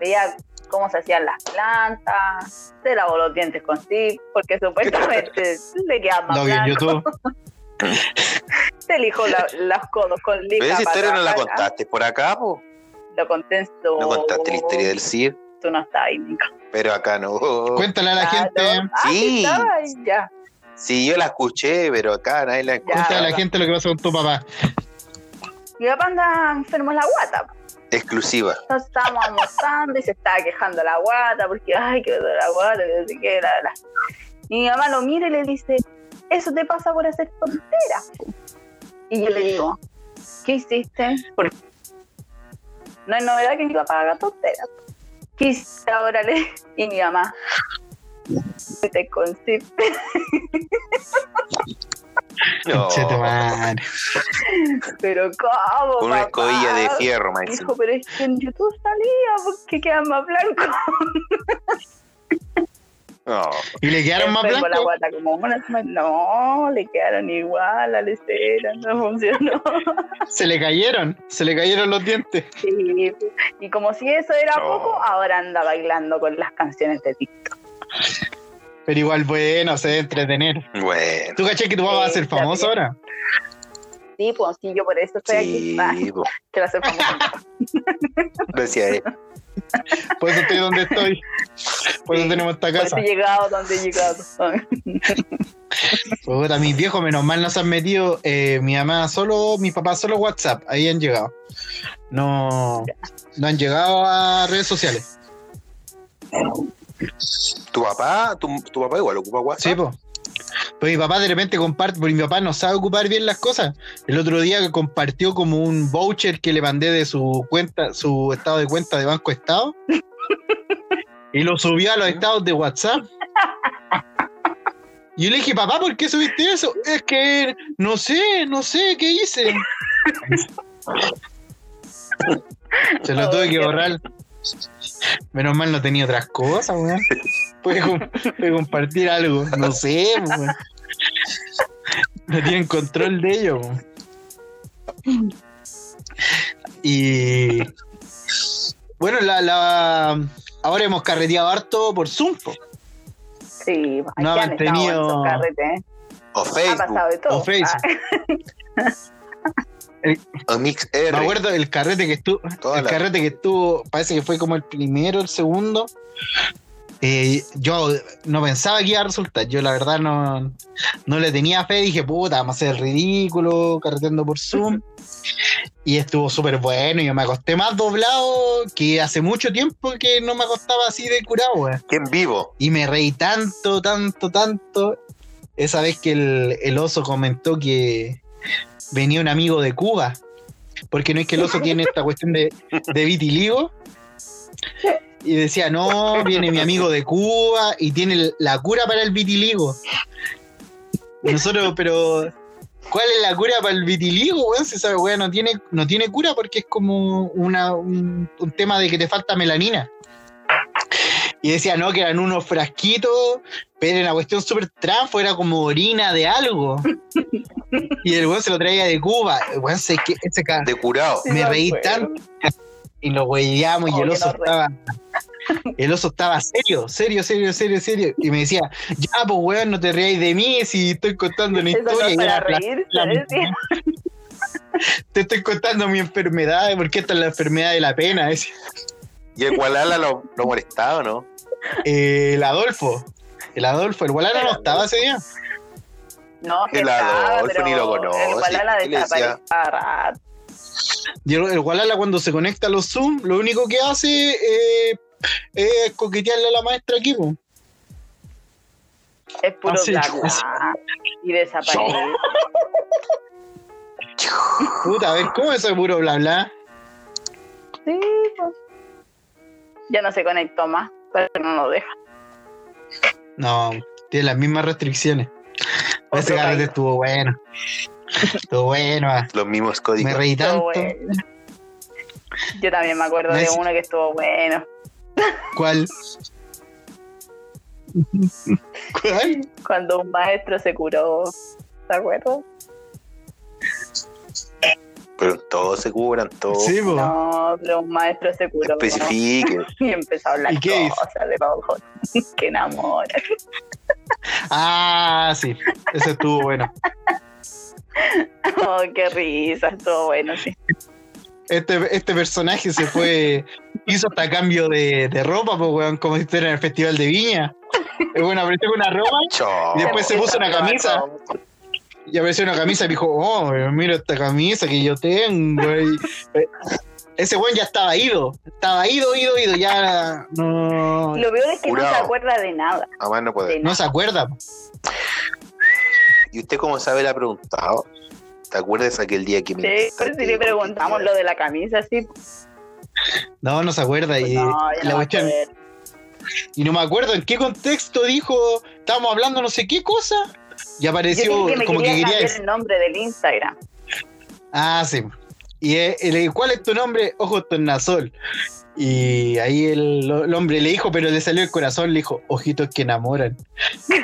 E: Veía cómo se hacían las plantas, se lavó los dientes con sí, porque
D: <laughs>
E: supuestamente le quedaba más
D: No, bien,
E: blanco.
D: YouTube.
E: Se lijó
F: <laughs>
E: la- los codos con liga.
F: Pero esa
E: para
F: historia no la
E: trabajar. ¿ah?
F: contaste por acá, po.
E: Lo conté en su-
F: No contaste la historia del CID,
E: Tú no estabas ahí, nunca.
F: pero acá no.
D: Cuéntale a la gente,
E: Ah,
F: Sí.
E: estaba ahí, ya.
F: Sí, yo la escuché, pero acá nadie la
E: Ya.
D: cuéntale a la
E: va.
D: gente lo que pasó con tu papá.
E: Mi papá andaba enfermo en la guata.
F: exclusiva.
E: Entonces estábamos almorzando y se estaba quejando la guata porque, ay, que me duele la guata, que no sé qué, la, la. Y mi mamá lo mira y le dice, eso te pasa por hacer tonteras. po". Y yo le digo, ¿qué hiciste? Por- No es novedad que mi papá haga tonteras. ¿Qué hiciste ahora? Le... Y mi mamá, te consiste.
F: No,
D: Che, tu madre.
E: Pero ¿cómo?
F: con una
E: papá?".
F: escobilla de fierro, man.
E: Dijo, pero es que en YouTube salía porque queda más blanco.
F: No,
D: Y le quedaron más
E: Enfermo la
D: blancos.
E: guata como una semana. No, le quedaron igual a la lecera, no funcionó. <laughs>
D: Se le cayeron. Se le cayeron los dientes.
E: Sí. Y como si eso era
F: No.
E: poco, ahora anda bailando con las canciones de TikTok.
D: Pero igual, bueno, se debe entretener.
F: Bueno.
D: ¿Tú caché que tu papá va a ser
E: Sí,
D: famoso
E: también.
D: ahora?
E: Sí, pues sí, yo por eso estoy
F: Sí,
E: aquí. Ah,
F: po.
E: te va a hacer
F: <laughs>
E: famoso.
F: Decía eh, él.
D: Por eso estoy donde
E: <laughs>
D: estoy. Por eso tenemos esta
E: Por eso
D: casa.
E: he llegado donde he llegado.
D: Puta, mis viejos, menos mal, no se han metido. eh, mi mamá solo, mi papá solo WhatsApp. Ahí han llegado. No, no han llegado a redes sociales.
F: ¿Tu papá, tu, tu papá igual ocupa WhatsApp?
D: Sí, po. Pues mi papá de repente comparte, porque mi papá no sabe ocupar bien las cosas. El otro día compartió como un voucher que le mandé de su cuenta, su estado de cuenta de Banco Estado. y lo subió a los estados de WhatsApp. Y yo le dije, papá, ¿por qué subiste eso? Es que no sé, no sé qué hice. Se lo tuve que borrar. Menos mal no tenía otras cosas, weón. Puede, com- puede compartir algo, no sé, weón. No tienen control de ello, weón. Y. Bueno, la, la- ahora hemos carreteado harto por Zoom, po,
E: Sí, pues,
D: No han
E: aquí han estado
D: tenido-
E: esos carretes, ¿eh?
F: O
E: Ha
F: Facebook,
E: pasado de todo.
D: o Facebook.
E: Ah,
F: o Mix
D: Me
F: R.
D: acuerdo el carrete que estuvo,
F: Todas
D: el
F: las-
D: carrete que estuvo, parece que fue como el primero, el segundo. Eh, yo no pensaba que iba a resultar, yo la verdad no, no le tenía fe, dije, puta, vamos a hacer el ridículo, carreteando por Zoom. Y estuvo súper bueno, yo me acosté más doblado que hace mucho tiempo que no me acostaba así de curado, weón.
F: ¿Quién vivo?
D: Y me reí tanto, tanto, tanto. Esa vez que el, el oso comentó que venía un amigo de Cuba. Porque no es que el oso tiene esta cuestión de, de vitiligo. Y decía, no, viene mi amigo de Cuba y tiene el- la cura para el vitiligo. Y Nosotros, pero ¿cuál es la cura para el vitiligo, weón? Si sabe, weón, no tiene, no tiene cura porque es como una, un- un tema de que te falta melanina. Y decía, no, que eran unos frasquitos, pero era una cuestión súper tranfo, era como orina de algo. y el weón se lo traía de Cuba. El weón se, que- ese ca-
F: De curado.
E: sí,
D: Oh, me
E: no
D: reí
E: puedo.
D: tanto. Y lo huellamos y
E: Oh,
D: el
E: que
D: oso
E: nos reímos.
D: estaba. El oso estaba serio, serio, serio, serio, serio. Y me decía, ya, pues weón, no te reáis de mí si estoy contando una
E: <laughs> Eso no
D: historia.
E: es
D: Y
E: para
D: era pla-
E: reír,
D: la-
E: decía.
D: te estoy contando mi enfermedad, porque esta es la enfermedad de la pena. <laughs> decía.
F: Y el Gualala lo, lo molestaba, ¿no?
D: Eh, el Adolfo. El Adolfo, el Gualana no estaba ese día.
E: <laughs> No,
F: El
E: estaba,
F: Adolfo
E: pero
F: ni lo conoce,
E: El Palala
F: ¿qué le decía?
E: desapareció a rato.
D: Y el, el Walala cuando se conecta a los Zoom, lo único que hace eh, es coquetearle a la maestra aquí, po.
E: Es puro
D: Así,
E: bla,
D: yo-
E: bla. Y desapareció.
D: Puta, a ver, ¿cómo eso es puro bla bla?
E: Sí, pues. Ya no se conectó más, pero no lo deja.
D: No, tiene las mismas restricciones. Ese
E: Otro
D: carrete
E: gallo.
D: estuvo bueno. Estuvo bueno, ah.
F: Los mismos
D: me
F: códigos.
D: reí
E: Estuvo
D: tanto.
E: bueno. Yo también me acuerdo
D: Me
E: de
D: dice-
E: uno que estuvo bueno.
D: ¿Cuál? ¿Cuál?
E: Cuando un maestro se curó. ¿Te acuerdas?
F: Pero todos se curan, todos.
D: Sí, po.
E: No, pero un maestro se curó.
C: Pues
F: Especifiquen.
E: Y empezó a hablar
D: ¿Y qué hizo?
E: cosas de bajo. <laughs> que enamora.
D: Ah, sí. Ese estuvo bueno.
E: Oh, qué risa, estuvo bueno, sí.
D: Este, este personaje se fue. Hizo hasta cambio de, de ropa, pues, weón, como si estuviera en el Festival de Viña. Eh, Bueno, apareció con una ropa
F: Chao.
D: Y después se puso una
E: Empezó a
D: camisa.
E: probar ropa.
D: y apareció una camisa y dijo, oh, mira esta camisa que yo tengo. y- <laughs> eh, ese weón ya estaba ido, estaba ido, ido, ido, ya no,
E: Lo peor es que no se
F: Curado.
E: acuerda de nada.
F: A más no
E: de
F: poder.
D: no
E: nada.
D: se acuerda. po.
F: ¿Y usted cómo sabe la ha preguntado? ¿Te acuerdas aquel día que me
E: Sí, pues,
F: contaste
E: si le
F: que-
E: preguntamos lo de la camisa, sí. pues,
D: No, no se acuerda. Y,
E: no, ya
D: y la
E: no me
D: cuestión-
E: acuerdo.
D: y no me acuerdo en qué contexto dijo, estábamos hablando no sé qué cosa. Y
E: Yo
D: apareció
E: dije que me
D: como
E: quería
D: que quería
E: cambiar
D: decir-
E: el nombre del Instagram. <laughs>
D: Ah, sí. Y eh, y le dijo, ¿cuál es tu nombre? Ojo Tornasol. Y ahí el, el hombre le dijo, pero le salió el corazón, le dijo, ojitos que enamoran.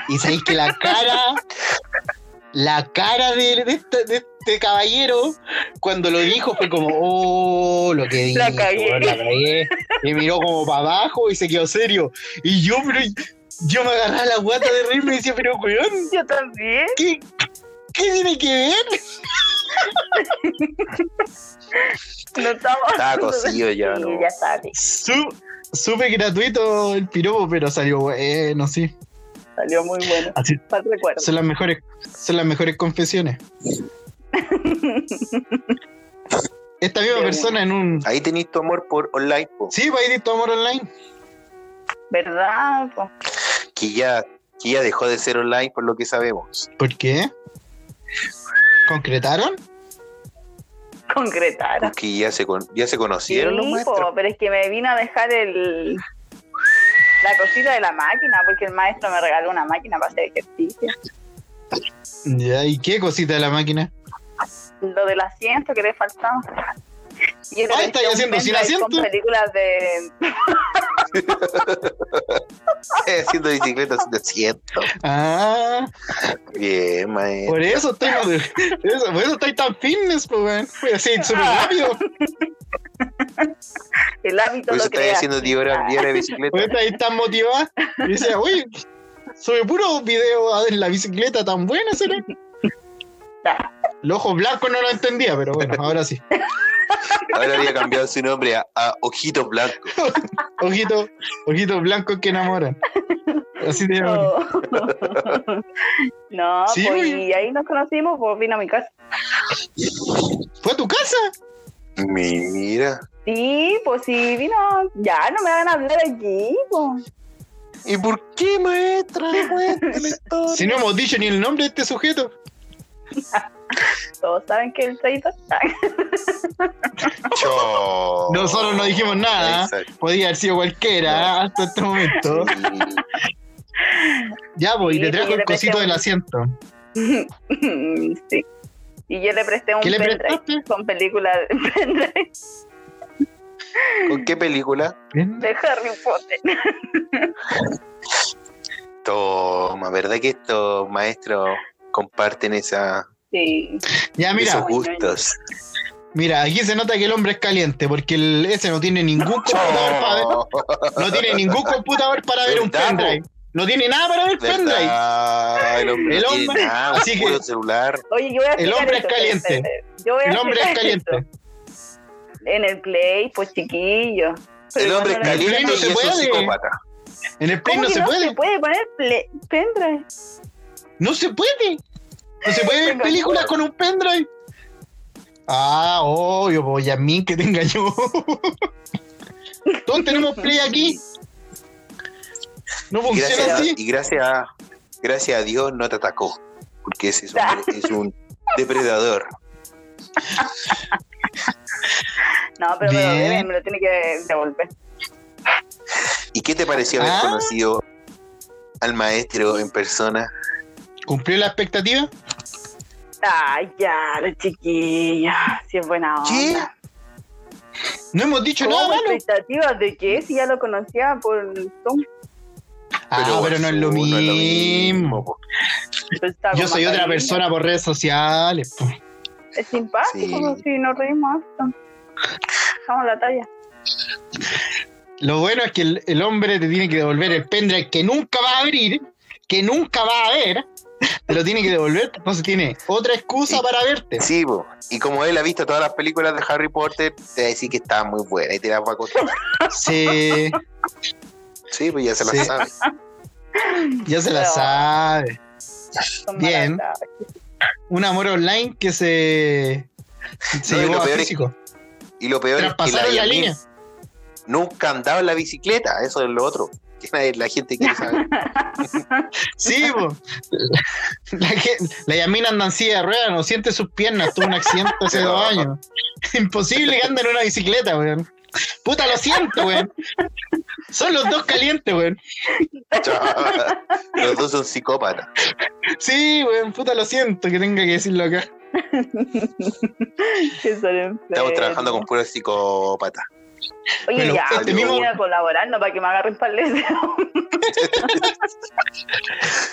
D: Y sabéis que la cara, la cara de, de este, de este caballero, cuando lo dijo, fue como, oh, lo que dije,
E: La cagué.
D: weón, la cagué. Y miró como para abajo y se quedó serio. Y yo, pero, Yo me agarraba la guata de reírme y decía, pero weón,
E: Yo también.
D: ¿qué, qué tiene que ver?
E: No estaba.
C: Estaba cocido ya,
E: <laughs> Sí,
C: ¿no?
E: ya estaba bien.
D: Su- Súper gratuito el piropo, pero salió bueno, sí.
E: Salió muy bueno.
D: Así-
E: Para el recuerdo.
D: son las mejores, son las mejores confesiones. Esta misma
E: Qué
D: persona en un.
C: Ahí tenéis tu amor por online, po.
D: Sí, va a ir tu amor online.
E: ¿Verdad? po?
C: que ya que ya dejó de ser online por lo que sabemos.
D: ¿Por qué? ¿Concretaron?
E: Concretara.
C: Que ya se con- ya se
E: Sí,
C: conocieron los
E: po,
C: maestros.
E: pero es que me vino a dejar el la cosita de la máquina, porque el maestro me regaló una máquina para hacer ejercicio.
D: Ya, ¿y qué cosita de la máquina?
E: Lo del asiento que le faltaba. Y él
D: Ah,
E: decía
D: ¿estáis
E: un
D: haciendo sin
E: pendrive
D: asiento?
E: Con películas de...
C: <laughs> Haciendo bicicleta, haciendo asiento.
D: Ah,
C: Bien, maestro.
D: por eso estoy, eso- por eso estoy tan fitness, pues, weón. Fui así, súper rápido.
E: El hábito
C: Por eso
E: lo
C: estáis
E: crea.
C: Pues haciendo 10 horas diarias de
D: Por
C: bicicleta.
D: eso ahí tan motivada. Y decía, oye, sube puro video a ver, la bicicleta tan buena, será. Los ojos blancos no lo entendía, pero
C: <laughs>
D: bueno, ahora sí.
C: Ahora había cambiado su nombre a, a Ojitos Blancos.
D: Ojitos, ojitos blancos que enamoran. Así de
E: No, <laughs>
D: <laughs>
E: no
D: Sí,
E: pues,
D: muy-
E: y ahí nos conocimos, pues vino a mi casa.
D: ¿Fue a tu casa?
C: Mira.
E: Sí, pues sí, vino. Ya, no me van a hablar aquí, pues.
C: ¿Y por qué,
E: <laughs>
C: maestra? Cuéntame todo.
D: Si no hemos dicho ni el nombre de este sujeto.
E: Todos saben que el traidor está. <laughs>
C: Choo.
D: Nosotros no dijimos nada. ¿ah?
C: Exacto.
D: Podía haber sido cualquiera hasta este momento. Ya, voy, y
E: Sí,
D: te
E: pues,
D: trajo
E: yo
D: el
E: le presté
D: cosito del
E: un-
D: asiento.
E: sí. Y yo le presté un
D: ¿Qué le
E: pendrive
D: prestaste?
E: con película de, <laughs> pendrive
C: ¿Con qué película?
E: de Harry Potter.
C: Toma, ¿verdad que estos maestros comparten esa,
E: Sí.
D: Ya,
C: esos
D: mira,
C: gustos?
D: mira, aquí se nota que el hombre es caliente, porque el ese no tiene ningún computador para ver,
C: Choo.
D: no tiene ningún computador para ver un
C: ¿Verdad, po?
D: pendrive. No tiene nada para ver el pendrive.
C: ¿Verdad? El hombre,
D: El
C: no tiene
D: hombre-
C: nada,
D: así que-
C: puro celular.
E: Oye, yo voy a
D: El
E: explicar
D: hombre es
E: esto,
D: caliente.
E: espera, espera. Yo voy a
D: El hombre es
E: explicar
D: caliente.
E: esto. En el play, pues chiquillo.
C: El hombre es
E: cuando no-
C: caliente
D: no
C: y
D: se
C: es un
D: puede.
C: psicópata.
D: En el play no
E: ¿Cómo que
D: se puede.
E: poner play- pendrive?
D: No se puede. No se puede ver
E: Venga,
D: películas
E: yo.
D: con un pendrive. Ah, obvio, voy a mí que te engañó. Todos tenemos play aquí. No
C: Y gracias,
D: funciona
C: a-
D: así.
C: y gracias a, gracias a Dios no te atacó. Porque ese es
D: Ah.
C: un, es un depredador.
E: No, pero me lo
D: Bien.
E: debe, me lo tiene que devolver.
C: ¿Y qué te pareció haber
D: Ah.
C: conocido al maestro en persona?
D: ¿Cumplió la expectativa?
E: Ay, ya, la chiquilla. Si es buena onda.
C: ¿Qué?
D: No hemos dicho
E: ¿Cómo
D: nada malo.
E: expectativas de qué? Si ya lo conocía por Zoom.
D: Ah, pero no es
C: no es lo
D: lo mismo.
C: mismo.
E: Pero está
D: Yo
E: con
D: soy otra
E: mascarilla.
D: persona por redes sociales. po.
E: Es simpático,
C: Sí.
E: sí, nos reímos harto. Dejamos la talla.
D: Lo bueno es que el, el hombre te tiene que devolver el pendrive que nunca va a abrir, que nunca va a ver. Te lo tiene que devolver, entonces tiene otra excusa
C: Sí.
D: para verte.
C: Sí, po. y como él ha visto todas las películas de Harry Potter, te va a decir que estaba muy buena y te las va a contar.
D: Sí,
C: Sí, pues ya se
D: Sí.
C: las sabe.
D: ya se la
E: Pero-
D: sabe.
E: Son
D: Bien.
E: <laughs> malas talas.
D: Un amor online que se, se
C: No, y
D: llevó
C: lo
D: a
C: peor es-
D: físico.
C: Y lo peor es que la,
D: Traspasaron la
C: Yasmín
D: línea.
C: nunca andaba en la bicicleta, eso es lo otro. Que nadie- la gente
E: <laughs>
C: quiere saber.
D: Sí, po. La, gen- la Yamina anda en silla de ruedas, no siente sus piernas, tuvo un accidente
C: <laughs>
D: hace
C: No.
D: dos años. Imposible que ande en una bicicleta, weón. Puta, lo siento, weón. Son los dos calientes, weón.
C: Chao. Los dos son psicópatas.
D: Sí, weón, puta, lo siento que tenga que decirlo acá.
E: Que son enfermos.
C: Estamos trabajando con puros psicópatas.
E: Oye,
D: Bueno,
E: ya,
D: este
E: yo
D: mismo-
E: voy a colaborar, no para que me agarren palestra.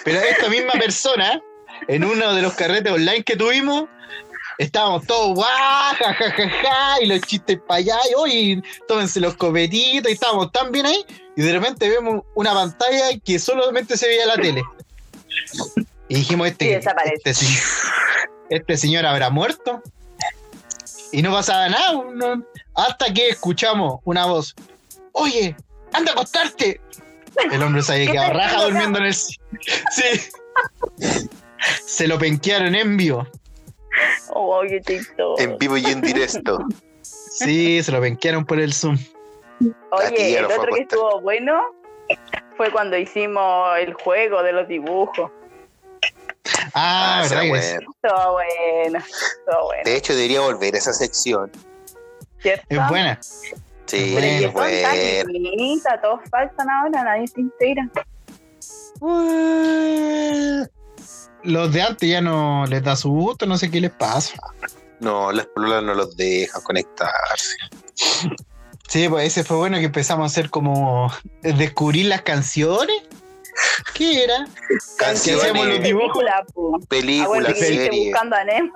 D: Pero esta misma
E: <laughs>
D: persona, en uno de los carretes online que tuvimos, estábamos todos guau, ja, ja, ja, ja, y los chistes para allá, y oye, tómense los copetitos, y estábamos tan bien ahí, y de repente vemos una pantalla que solamente se veía la tele. Y dijimos,
E: Y
D: este,
E: desaparece.
D: este, se- este señor habrá muerto. Y no pasaba nada. no- hasta que escuchamos una voz. Oye, anda a acostarte. El hombre se había
E: ¿Qué
D: quedado
E: te
D: raja
E: equivocaste?
D: durmiendo en el... si- <laughs> Sí. Se lo penquearon en vivo.
E: <laughs> Oh, qué chistoso.
F: En vivo y en directo.
D: Sí, se lo penquearon por el Zoom.
E: Oye,
F: Gatilla
E: el
F: lo fue a
E: otro
F: acostar.
E: que estuvo bueno fue cuando hicimos el juego de los dibujos.
D: <laughs> Ah,
F: Ah, será
D: verdad que sí.
F: bueno.
E: Todo bueno, todo bueno.
F: De hecho, debería volver a esa sección.
E: ¿Cierto?
D: Es buena.
F: Sí,
D: Bueno,
E: Pero que
F: es
E: son tan
F: buena.
E: infinitas, todos faltan ahora, nadie se integra.
D: Los de antes ya no les da su gusto, no sé qué les pasa.
F: No, las pololas no los dejan conectarse.
D: Sí, pues ese fue bueno que empezamos a hacer como descubrir las canciones. ¿Qué era? hacíamos los
F: Canciones,
D: dibujos.
E: Película, po.
F: películas,
E: Acuérdate que viste
F: series.
E: buscando a Nemo.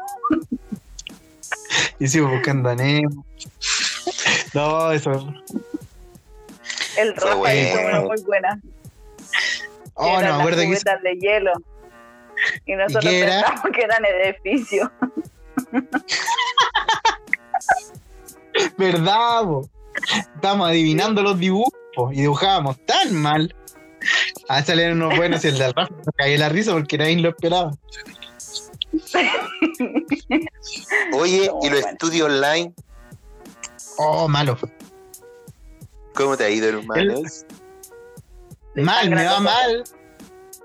D: Hicimos buscando a Nemo. No, eso.
E: El
F: Fue
E: rojo ahí fue
F: bueno.
E: una muy buena.
D: Oh, no
E: Eran
D: me
E: las
D: acuerdo que hice-
E: cubetas de hielo. Y nosotros
D: qué era?
E: pensamos que eran edificios.
D: ¿Verdad? po? Estábamos adivinando los dibujos po, y dibujábamos tan mal. Ah, salieron unos buenos y el de Rafa me caí la risa porque nadie lo esperaba.
F: Oye,
E: No,
F: y los
E: bueno.
F: estudios online,
D: Oh, malo.
F: ¿cómo te ha ido, hermanos?
D: Mal, me va
E: Sangrando.
D: mal.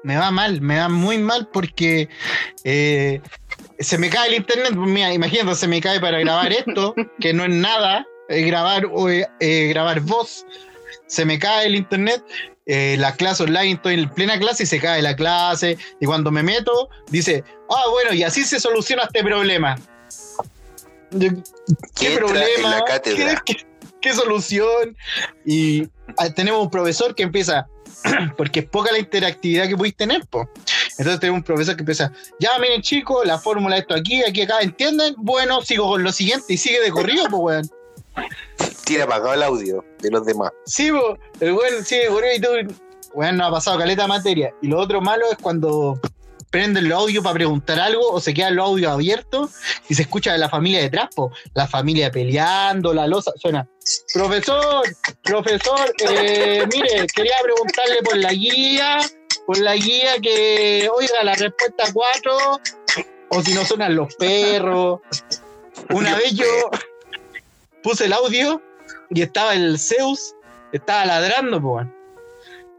D: Me va mal, me va muy mal porque eh, se me cae el internet. Mira, imagínate, se me cae para grabar esto, que no es nada, eh, grabar, o, eh, eh, grabar voz. Se me cae el internet, eh, la clase online, estoy en plena clase y se cae la clase. Y cuando me meto, dice, ah, bueno, y así se soluciona este problema. Yo, ¿Qué,
F: ¿Qué entra
D: problema?
F: en la cátedra?
D: ¿Qué, qué- qué solución? Y ah, tenemos un profesor que empieza, <clears throat> porque es poca la interactividad que podéis tener, po. Entonces tenemos un profesor que empieza, ya miren chicos, la fórmula de esto aquí, aquí, acá, ¿entienden? Bueno, sigo con lo siguiente y sigue de corrido, pues weón.
F: Tira apagado el audio de los demás.
D: Sí, po, el weón sigue de corrido y tú, weón, no ha pasado caleta de materia. Y lo otro malo es cuando prenden los audio para preguntar algo o se quedan los audios abiertos y se escucha de la familia detrás, po. la familia peleando, la losa, suena. Profesor, profesor, eh, mire, quería preguntarle por la guía, por la guía que, oiga, la respuesta 4, o si no suenan los perros. Una vez yo puse el audio y estaba el Zeus, estaba ladrando, po, weón.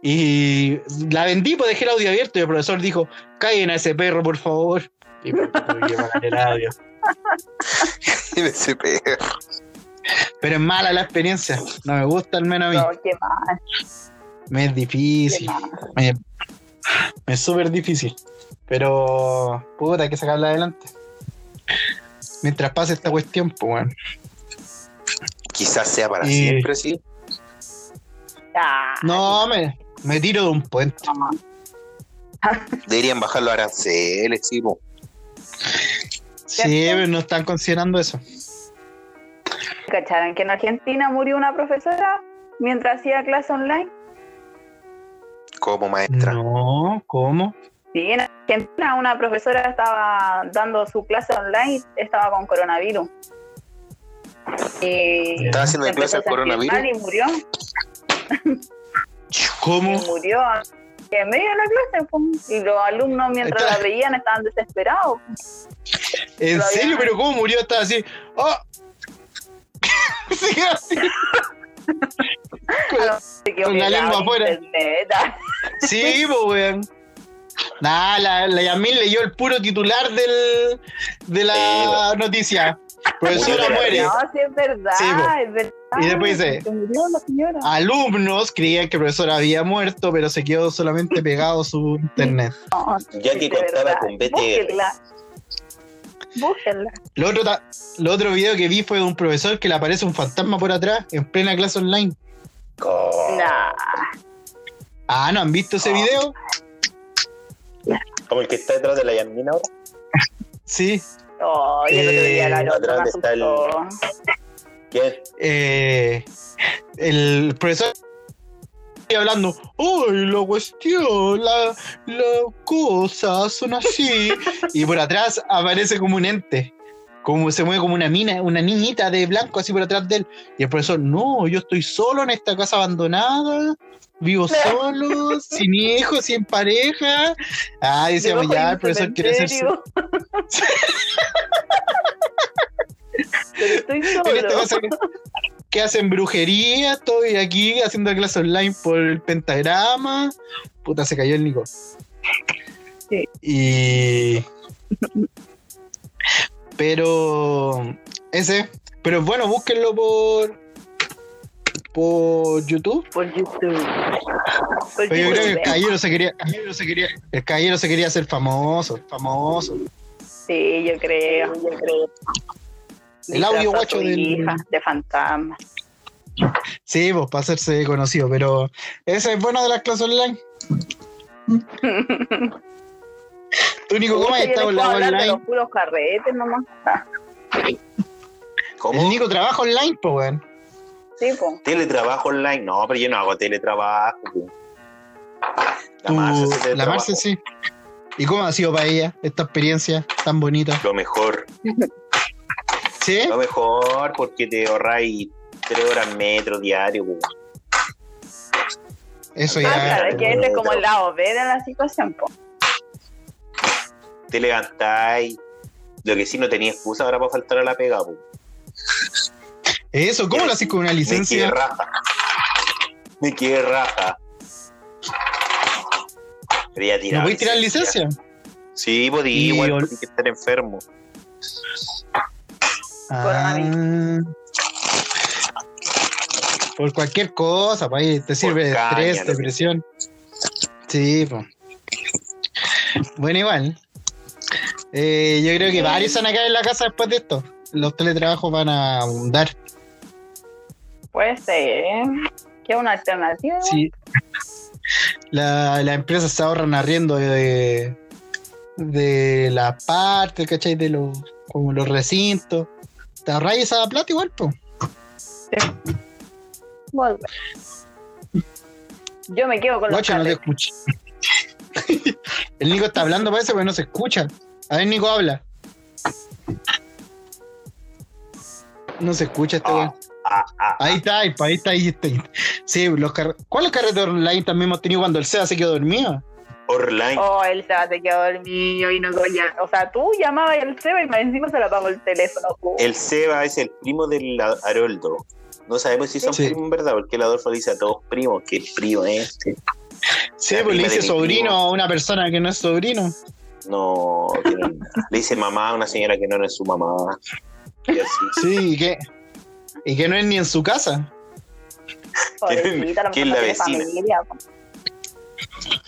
D: Y la vendí, pues dejé el audio abierto y el profesor dijo, callen a ese perro, por favor. Y me tuve que apagar el audio.
F: Ese perro.
D: Pero es mala la experiencia, no me gusta al menos a mí.
E: No, qué mal,
D: Me es
E: qué
D: difícil,
E: mal.
D: me, me es súper difícil. Pero, puta, hay que sacarla adelante. Mientras pase esta cuestión, pues, weón.
F: Quizás sea para
D: Y-
F: siempre, sí.
E: Ah,
D: No, me, me tiro de un puente.
E: no.
F: Deberían bajar los aranceles, sí. po.
D: Sí, pero no están considerando eso.
E: ¿Cacharon que en Argentina murió una profesora mientras hacía clase online?
F: Como maestra.
D: No, ¿cómo?
E: Sí, en Argentina una profesora estaba dando su clase online y estaba con coronavirus. Eh, Y
F: ¿Estaba haciendo
E: se
F: clase
E: empezó
F: al
E: a sentir
F: coronavirus?
E: mal Y murió,
D: ¿Cómo?
E: y murió en medio de la clase. pum. Y los alumnos mientras
D: Está-
E: la veían estaban desesperados.
D: ¿En
E: Todavía
D: serio?
E: no.
D: ¿Pero cómo murió? Estaba así. ¡Oh! Sí, así. Con-
E: Se quedó
D: Con la
E: pegado
D: lengua
E: en
D: afuera.
E: internet. <laughs>
D: Sí, pues, weón. Nah, la, la Yamil leyó el puro titular del, de
F: Sí,
D: la noticia. Profesora
F: Murió,
D: muere.
E: No, sí es verdad,
D: Sí, po.
E: es verdad.
D: Y después dice- Ah,
E: Se murió la señora.
D: Alumnos creían que el profesor había muerto, pero se quedó solamente pegado a su internet.
E: No,
C: Ya
E: sí,
C: que
E: de
C: contaba
E: verdad.
C: con BTR.
E: Búsquenla. Búsquenla.
D: Lo otro, ta- lo otro video que vi fue de un profesor que le aparece un fantasma por atrás en plena clase online.
E: Nah.
D: Ah, ¿no han visto ese video?
C: Como el que está detrás de la Yamina ahora.
D: Sí.
E: Oh, yo el otro día la
D: Eh,
E: loca
C: atrás
E: me
C: está el-
E: asustó.
C: ¿Quién?
D: Eh, el profesor hablando, ¡ay, la cuestión! La, las cosas son así. y por atrás aparece como un ente. Como se mueve como una mina, una niñita de blanco así por atrás de él. Y el profesor, no, yo estoy solo en esta casa abandonada, vivo solo, sin hijos, sin pareja. Ah, decíamos,
E: Debajo hay
D: ya,
E: un
D: el profesor quiere ser su,
E: cementerio. <laughs> Pero
D: <laughs>
E: estoy
D: En este esta
E: solo.
D: casa que- que hacen brujería, estoy aquí haciendo clase online por el pentagrama. Puta, se cayó el Nico.
E: Sí.
D: Y. Pero. Ese. Pero bueno, búsquenlo por. por YouTube.
E: Por YouTube. Por
D: Pero yo creo que el
E: YouTube.
D: caballero se quería. el caballero se quería- El caballero se quería hacer famoso, famoso.
E: Sí, yo creo, yo creo.
D: El audio
E: Disfrazó a
D: guacho
E: su
D: del-
E: hija de fantasma.
D: Sí, pues para hacerse conocido, pero esa es buena de las clases
E: <laughs>
D: online. Tú, Nico, ¿cómo has
E: Pucha, yo
D: estado
E: les
D: en la
E: puedo hablar de
D: online?
E: los puros carretes nomás. Ah,
D: El
C: ¿Cómo?
D: Nico trabaja online, pues, weón.
E: Sí, po.
C: Teletrabajo online. No, pero yo no hago teletrabajo. po. La
D: Tú-
C: Marce hace
D: La
C: teletrabajo.
D: Marce, sí. ¿Y cómo ha sido para ella esta experiencia tan bonita?
C: Lo mejor.
D: ¿Sí?
C: Lo mejor porque te ahorráis tres horas en metro diario. po.
D: Eso
E: Ah,
D: ya.
E: claro, es que ese es como el lado B de la situación, po.
C: Te levantáis. Lo que sí no tenía excusa ahora para faltar a la pega. po.
D: Eso, ¿cómo lo haces con una
C: Me
D: licencia?
C: quedé raja. Me quedé raja. Pero ya tiraba
D: ¿No podéis tirar licencia?
C: Sí,
D: Y
C: podía,
D: ol-
C: igual tenía que estar enfermo.
D: Ah. Por cualquier cosa, pa' ahí te sirve de
C: caña,
D: estrés,
C: lo que-
D: depresión. Sí, po. Bueno, igual. Eh, yo creo que varios van a caer en la casa después de esto. Los teletrabajos van a abundar.
E: Puede ser, ¿eh? Que es una alternativa.
D: Sí. La- Las empresas se ahorran arriendo de, de la parte, ¿cachai? De los, como los recintos. Te ahorras esa plata igual, po.
E: igual. Yo me quedo con los
D: Guacho, no te
E: carretes.
D: escucha. <laughs> El Nico está hablando, parece, pero no se escucha. A ver, Nico, habla. No se escucha este weón.
C: Ah, ah,
D: Ahí está, ahí, ahí está, ahí está. Sí, los car ¿cuáles carretes online también hemos tenido cuando el SEA se quedó dormido?
C: online.
E: Oh, él se va a quedó dormido y no ya. O sea, tú llamabas al Seba y más encima se lo apagó el teléfono. po.
C: El Seba es el primo del A- Haroldo. No sabemos si son
D: Sí.
C: primos en verdad, porque el Adolfo le dice a todos primos que el primo este.
D: Sí,
C: La
D: pues le
C: prima
D: dice
C: de mi
D: sobrino
C: primo.
D: a una persona que no es sobrino.
C: No, que no- le dice mamá a una señora que no es su mamá. Y así.
D: Sí, y que, y que no es ni en su casa.
E: Pobrecita, a lo
C: ¿quién la
E: mejor no tiene
C: vecina?
E: familia, po.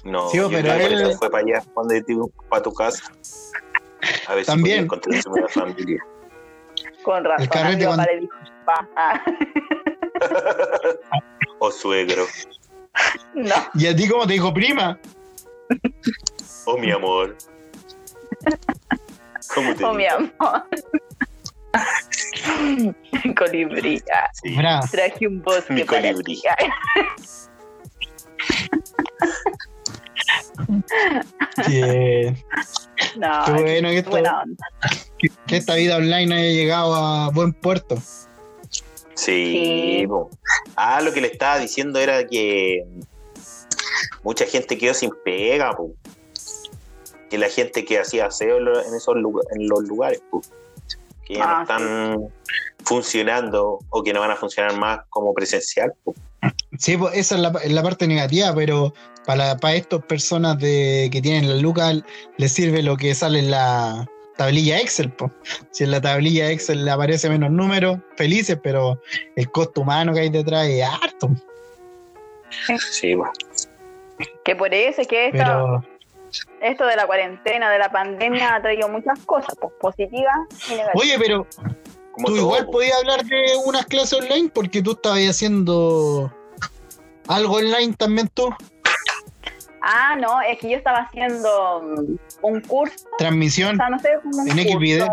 C: No,
D: Sí,
C: yo
D: pero
C: creo que
D: él-
C: por eso fue para allá, donde tu- para tu casa. A ver
D: También.
C: si podía encontrarse una familia.
E: Con razón.
D: El carrete
E: amigo,
D: cuando-
E: para el- pa- ah,
C: O suegro.
E: No,
D: ¿Y a ti cómo te dijo prima?
C: O Oh, mi amor. ¿Cómo te digo?
E: oh, mi amor. <laughs> colibrí. ah,
C: Sí. <laughs>
D: Mira,
E: Traje un bosque
C: Mi
E: para
C: colibrí.
E: ti. ah.
C: Ah,
D: que,
E: <laughs> No,
D: qué bueno que,
E: qué
D: esto-
E: buena onda.
D: que esta vida online haya llegado a buen puerto.
C: Sí.
E: Sí.
C: po. Ah, lo que le estaba diciendo era que mucha gente quedó sin pega, po. que la gente que hacía aseo en lo- en esos lugar- en los lugares, po. que ya no
E: Ah,
C: están funcionando o que no van a funcionar más como presencial. po.
D: Sí, pues esa es la, es la parte negativa, pero para, para estas personas de, que tienen la luca les sirve lo que sale en la tablilla Excel. po. Si en la tablilla Excel le aparece menos números, felices, pero el costo humano que hay detrás es harto.
C: Sí, po.
E: Que por eso es que esta-
D: Pero
E: esto de la cuarentena, de la pandemia, ha traído muchas cosas pues, positivas y negativas.
D: Oye, pero
C: Como
D: tú
C: todo,
D: igual
C: po.
D: podías hablar de unas clases online porque tú estabas haciendo algo online también tú,
E: Ah, no, es que yo estaba haciendo mm, un curso, o
D: transmisión,
E: sea, no sé, como un
D: En
E: curso.
D: Xvideo.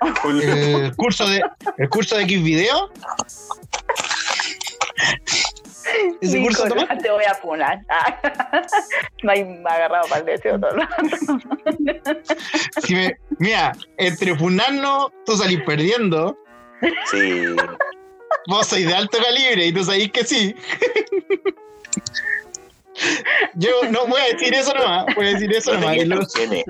E: mm,
D: Eh, el curso de el curso de X video. Ese curso
E: Nicolás,
D: tomás.
E: te voy a funar. Ah, <laughs> me ha agarrado para el deseo todo el rato. <laughs>
D: Si me- mira, entre funarnos, tú salís perdiendo.
C: Sí.
D: Vos sois de alto calibre y tú sabés que sí. Yo no voy a decir eso nomás. Voy a decir eso
C: No
D: nomás.
C: tenía
D: que lo-
C: opciones.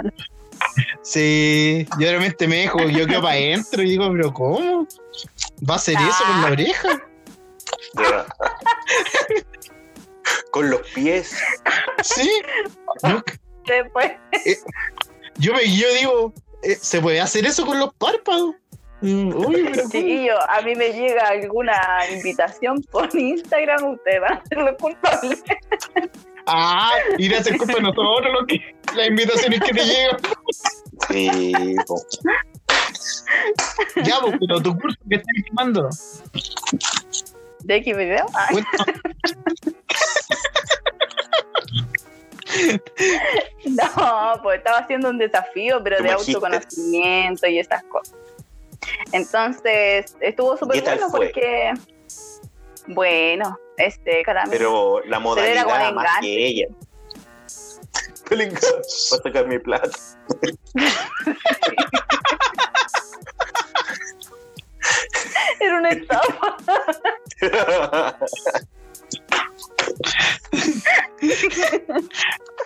D: Sí, yo realmente me dejo, yo quedo para adentro y digo, pero ¿cómo? ¿Va a hacer eso con la oreja?
C: De
D: <laughs>
C: verdad. Con los pies.
D: Sí. Yo,
E: Después,
D: yo me, yo digo, eh, ¿se puede hacer eso con los párpados? Mm, Uy, pero ¿cómo?
E: chiquillo, a mí me llega alguna invitación por <laughs> Instagram, ustedes van a ser los culpables.
D: Ah, ir a hacer culpa de nosotros lo que, las invitaciones que te llegan.
C: Sí, po.
D: Ya, vos, pero tu curso que estás quemando.
E: ¿De X video? Ah,
D: Cuéntanos.
E: no, pues estaba haciendo un desafío, pero
C: Tú
E: de
C: me dijiste.
E: autoconocimiento y esas cosas. Entonces, estuvo súper
C: ¿Qué tal
E: bueno
C: fue?
E: porque. Bueno, este, caramba.
C: Pero la
E: era
C: modalidad
E: con
C: más
E: enganche.
C: que ella. El enganche. Va a sacar mi plata.
E: <laughs> Era una estafa.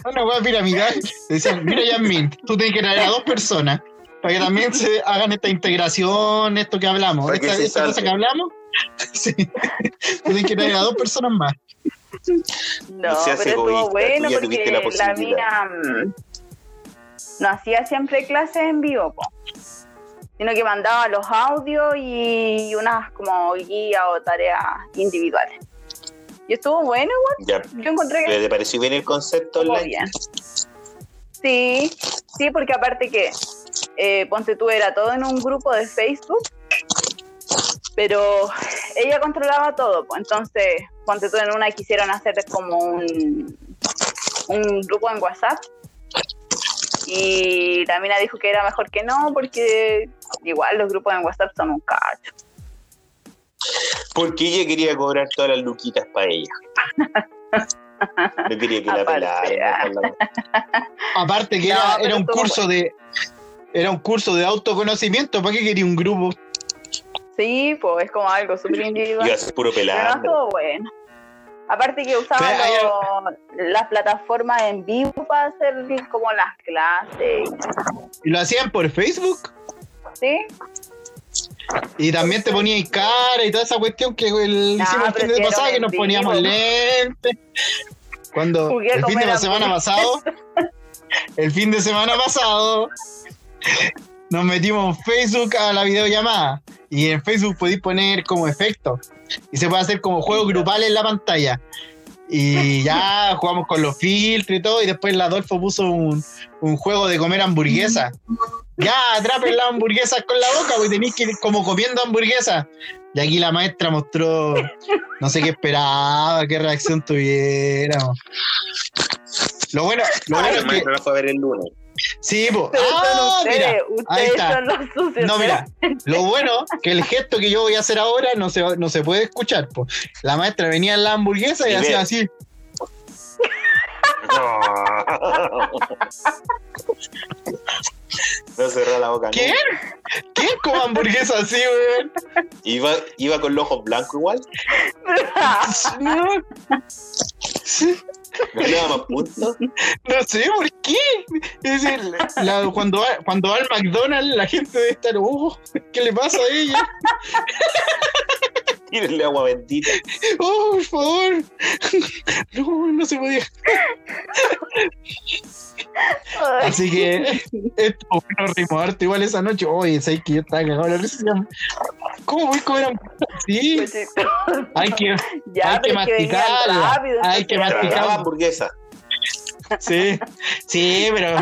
D: Una wea piramidal. Decían, mira, Yasmin, tú tienes que traer a dos personas para que también se hagan esta integración, esto que hablamos,
C: Para que
D: esta,
C: se
D: esta cosa
C: salve.
D: que hablamos. <laughs> Sí. Tú tienes que traer a dos personas más.
E: No,
C: No seas
E: pero estuvo
C: egoísta,
E: bueno
C: tú ya tuviste
E: porque
C: la
E: la, mina
C: posibilidad.
E: mm, no hacía siempre clases en vivo, po, sino que mandaba los audios y unas como guías o tareas individuales. Y estuvo bueno,
C: ya.
E: igual, yo encontré que
C: ¿Pero te pareció bien el concepto
E: estuvo
C: online?
E: bien. Sí, sí, porque aparte que eh, Ponte tú era todo en un grupo de Facebook, pero ella controlaba todo, pues entonces Ponte tú en una quisieron hacer como un, un grupo en WhatsApp y la mina dijo que era mejor que no porque igual los grupos en WhatsApp son un cacho.
C: Porque ella quería cobrar todas las luquitas para ella. No quería que la
E: Aparte, ah.
C: pelaran. no, con la-
D: Aparte que
E: No,
D: era,
E: pero
D: era un
E: estuvo
D: curso de era un curso de autoconocimiento, ¿para qué quería un grupo?
E: Sí, pues es como algo súper individual.
C: Iba a ser puro
E: Pero no
C: pelando.
E: estuvo bueno. Aparte que usaban
D: Pero hay
E: lo- las plataformas en vivo para hacer como las clases,
D: Y lo hacían por Facebook
E: ¿sí?
D: y también te ponían cara y toda esa cuestión que el,
E: No,
D: hicimos el
E: pero
D: fin de
E: si era
D: pasado que nos
E: mentira.
D: poníamos lentes. Cuando
E: Jugué a
D: el fin de
E: comer
D: la semana pasado, el fin de semana pasado nos metimos en Facebook a la videollamada y en Facebook podéis poner como efecto y se puede hacer como juegos grupales en la pantalla. Y ya jugamos con los filtros y todo. Y después el Adolfo puso un, un juego de comer hamburguesa. Ya, atrapen las hamburguesas con la boca, porque tenéis que ir como comiendo hamburguesas. Y aquí la maestra mostró, no sé qué esperaba, qué reacción tuviéramos. Lo bueno, lo bueno
C: Ay,
D: es que.
C: maestra, la fue a ver el lunes.
D: Sí, po.
E: Pero
D: Ah,
E: son ustedes,
D: mira. ahí
E: ustedes
D: está.
E: son los sucios.
D: No, mira,
E: ¿verdad?
D: lo bueno que el gesto que yo voy a hacer ahora no se, va- no se puede escuchar. po. La maestra venía en la hamburguesa y
C: Y ve.
D: hacía así.
C: <laughs> No cerró la boca.
D: ¿Quién?
C: nunca.
D: ¿Quién come hamburguesa así, weón?
C: Iba, iba con los ojos blancos igual.
D: No,
C: No le daba más puntos.
D: no sé por qué. Es decir, la- cuando, va, cuando va al McDonald's, la gente debe estar, oh, ¿qué le pasa a ella?
C: Tírenle agua bendita.
D: Oh, por favor. No, no se podía. <laughs>
E: Ay,
D: Así que esto bueno rimarte igual esa noche. Oye, sabes que yo estaba cagado de la risa. ¿Cómo voy a comer hamburguesa así?
E: <laughs> pues, sí.
D: Hay que,
E: ya,
D: hay que
E: pero es venían
D: masticarla,
E: rápido,
D: hay
E: entonces
D: que
E: era
D: masticarla.
C: Tragaba hamburguesa.
D: sí, sí, pero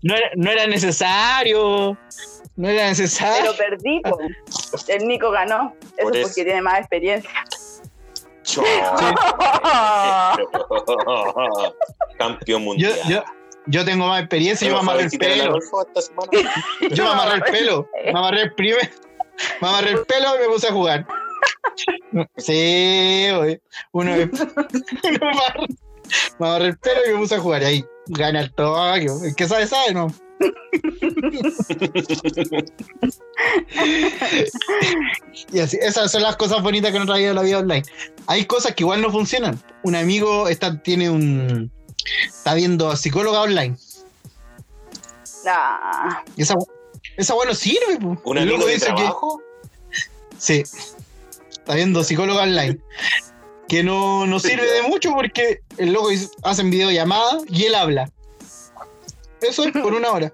D: no era, no era necesario. No era necesario.
E: Pero perdí, po. el Nico ganó. Eso
C: Por eso.
E: porque tiene más experiencia.
C: <laughs>
E: <laughs>
C: Chao. Campeón
D: Yo,
C: mundial.
D: yo, yo tengo más experiencia, yo me
C: Vamos a
D: amarré el
C: visitar al
D: pelo.
C: Adolfo esta semana.
D: Yo me amarré el pelo. Me amarré el primer. Me amarré el pelo y me puse a jugar. Sí, güey. Uno me, uno <laughs> me- me agarré el pelo y me puse a jugar ahí. Gana el toque. güey. El que sabe, sabe, ¿no? y así, esas son las cosas bonitas que nos traía la vida online. Hay cosas que igual no funcionan. Un amigo está, tiene un. Está viendo psicóloga online.
E: Nah.
D: Y esa, esa bueno sirve, po.
C: ¿Un
D: El
C: amigo
D: loco
C: de
D: dice que-
C: trabajo?
D: Sí. Está viendo psicóloga online. Que no, no sirve de mucho porque el loco hizo- hacen videollamada y él habla. Eso es por una hora.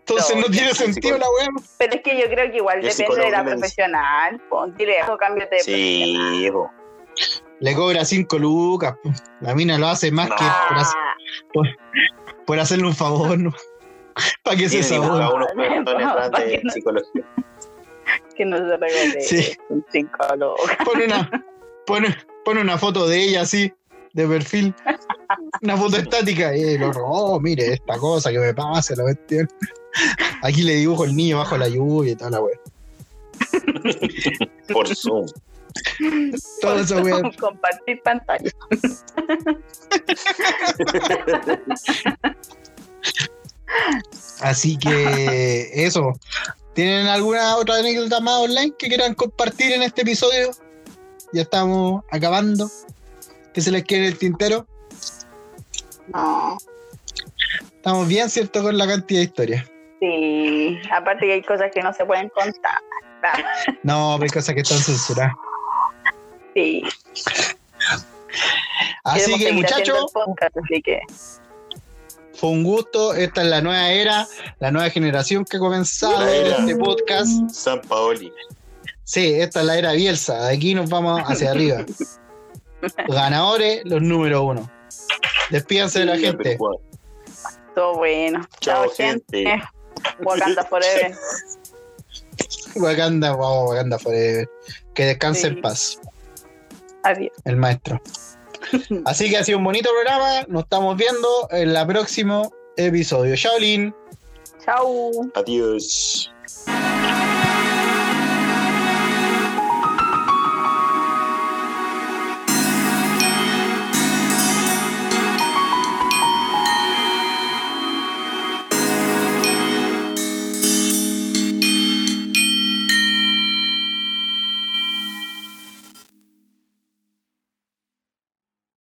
D: Entonces
E: No,
D: no, tiene
C: es un
D: sentido la weá.
E: Pero es que yo creo que igual
C: Yo
E: depende de la
C: psicólogo, me dice.
E: profesional. Pon, dile, "Ojo, cámbiate de
C: Sí, po.
D: Le cobra 5 lucas. po. La mina lo hace más
C: No.
D: que por, hace-
E: Ah,
D: por hacerle un favor, ¿no? <laughs> Para que se
C: Tiene dibujado
D: sabone.
E: favor.
C: unos pelotones atrás de psicología.
E: que no se regale
D: Sí.
E: un psicólogo.
D: Pone una, pone, pone una foto de ella así, de perfil. Una foto estática. Y lo robó, mire, esta cosa que me pasa, la bestia. Aquí le dibujo el niño bajo la lluvia y toda la wea.
C: Por Zoom.
D: Toda esa wea.
E: <laughs> Compartir pantalla.
D: Así que eso. ¿Tienen alguna otra anécdota más online que quieran compartir en este episodio? Ya estamos acabando. ¿Qué se les quede en el tintero?
E: No.
D: Estamos bien, ¿cierto? Con la cantidad de historias.
E: Sí. Aparte que hay cosas que no se pueden contar.
D: No, pero hay cosas que están censuradas.
E: Sí.
D: Así
E: Queremos
D: que,
E: seguir haciendo
D: muchachos,
E: el podcast, así que
D: fue un gusto. Esta es la nueva era, la nueva generación que ha comenzado
C: La era.
D: este podcast.
C: San Paoli.
D: Sí, esta es la era Bielsa. De aquí nos vamos hacia arriba. Ganadores, los número uno. Despídanse de la gente.
E: todo bueno.
C: Chao, gente.
E: Wakanda
C: <laughs>
E: Forever.
D: Wakanda, wow, Wakanda Forever. Que descanse
E: Sí.
D: en paz,
E: Adiós.
D: el maestro. Así que ha sido un bonito programa. Nos estamos viendo en el próximo episodio. Shaolin.
E: Chao.
C: Adiós.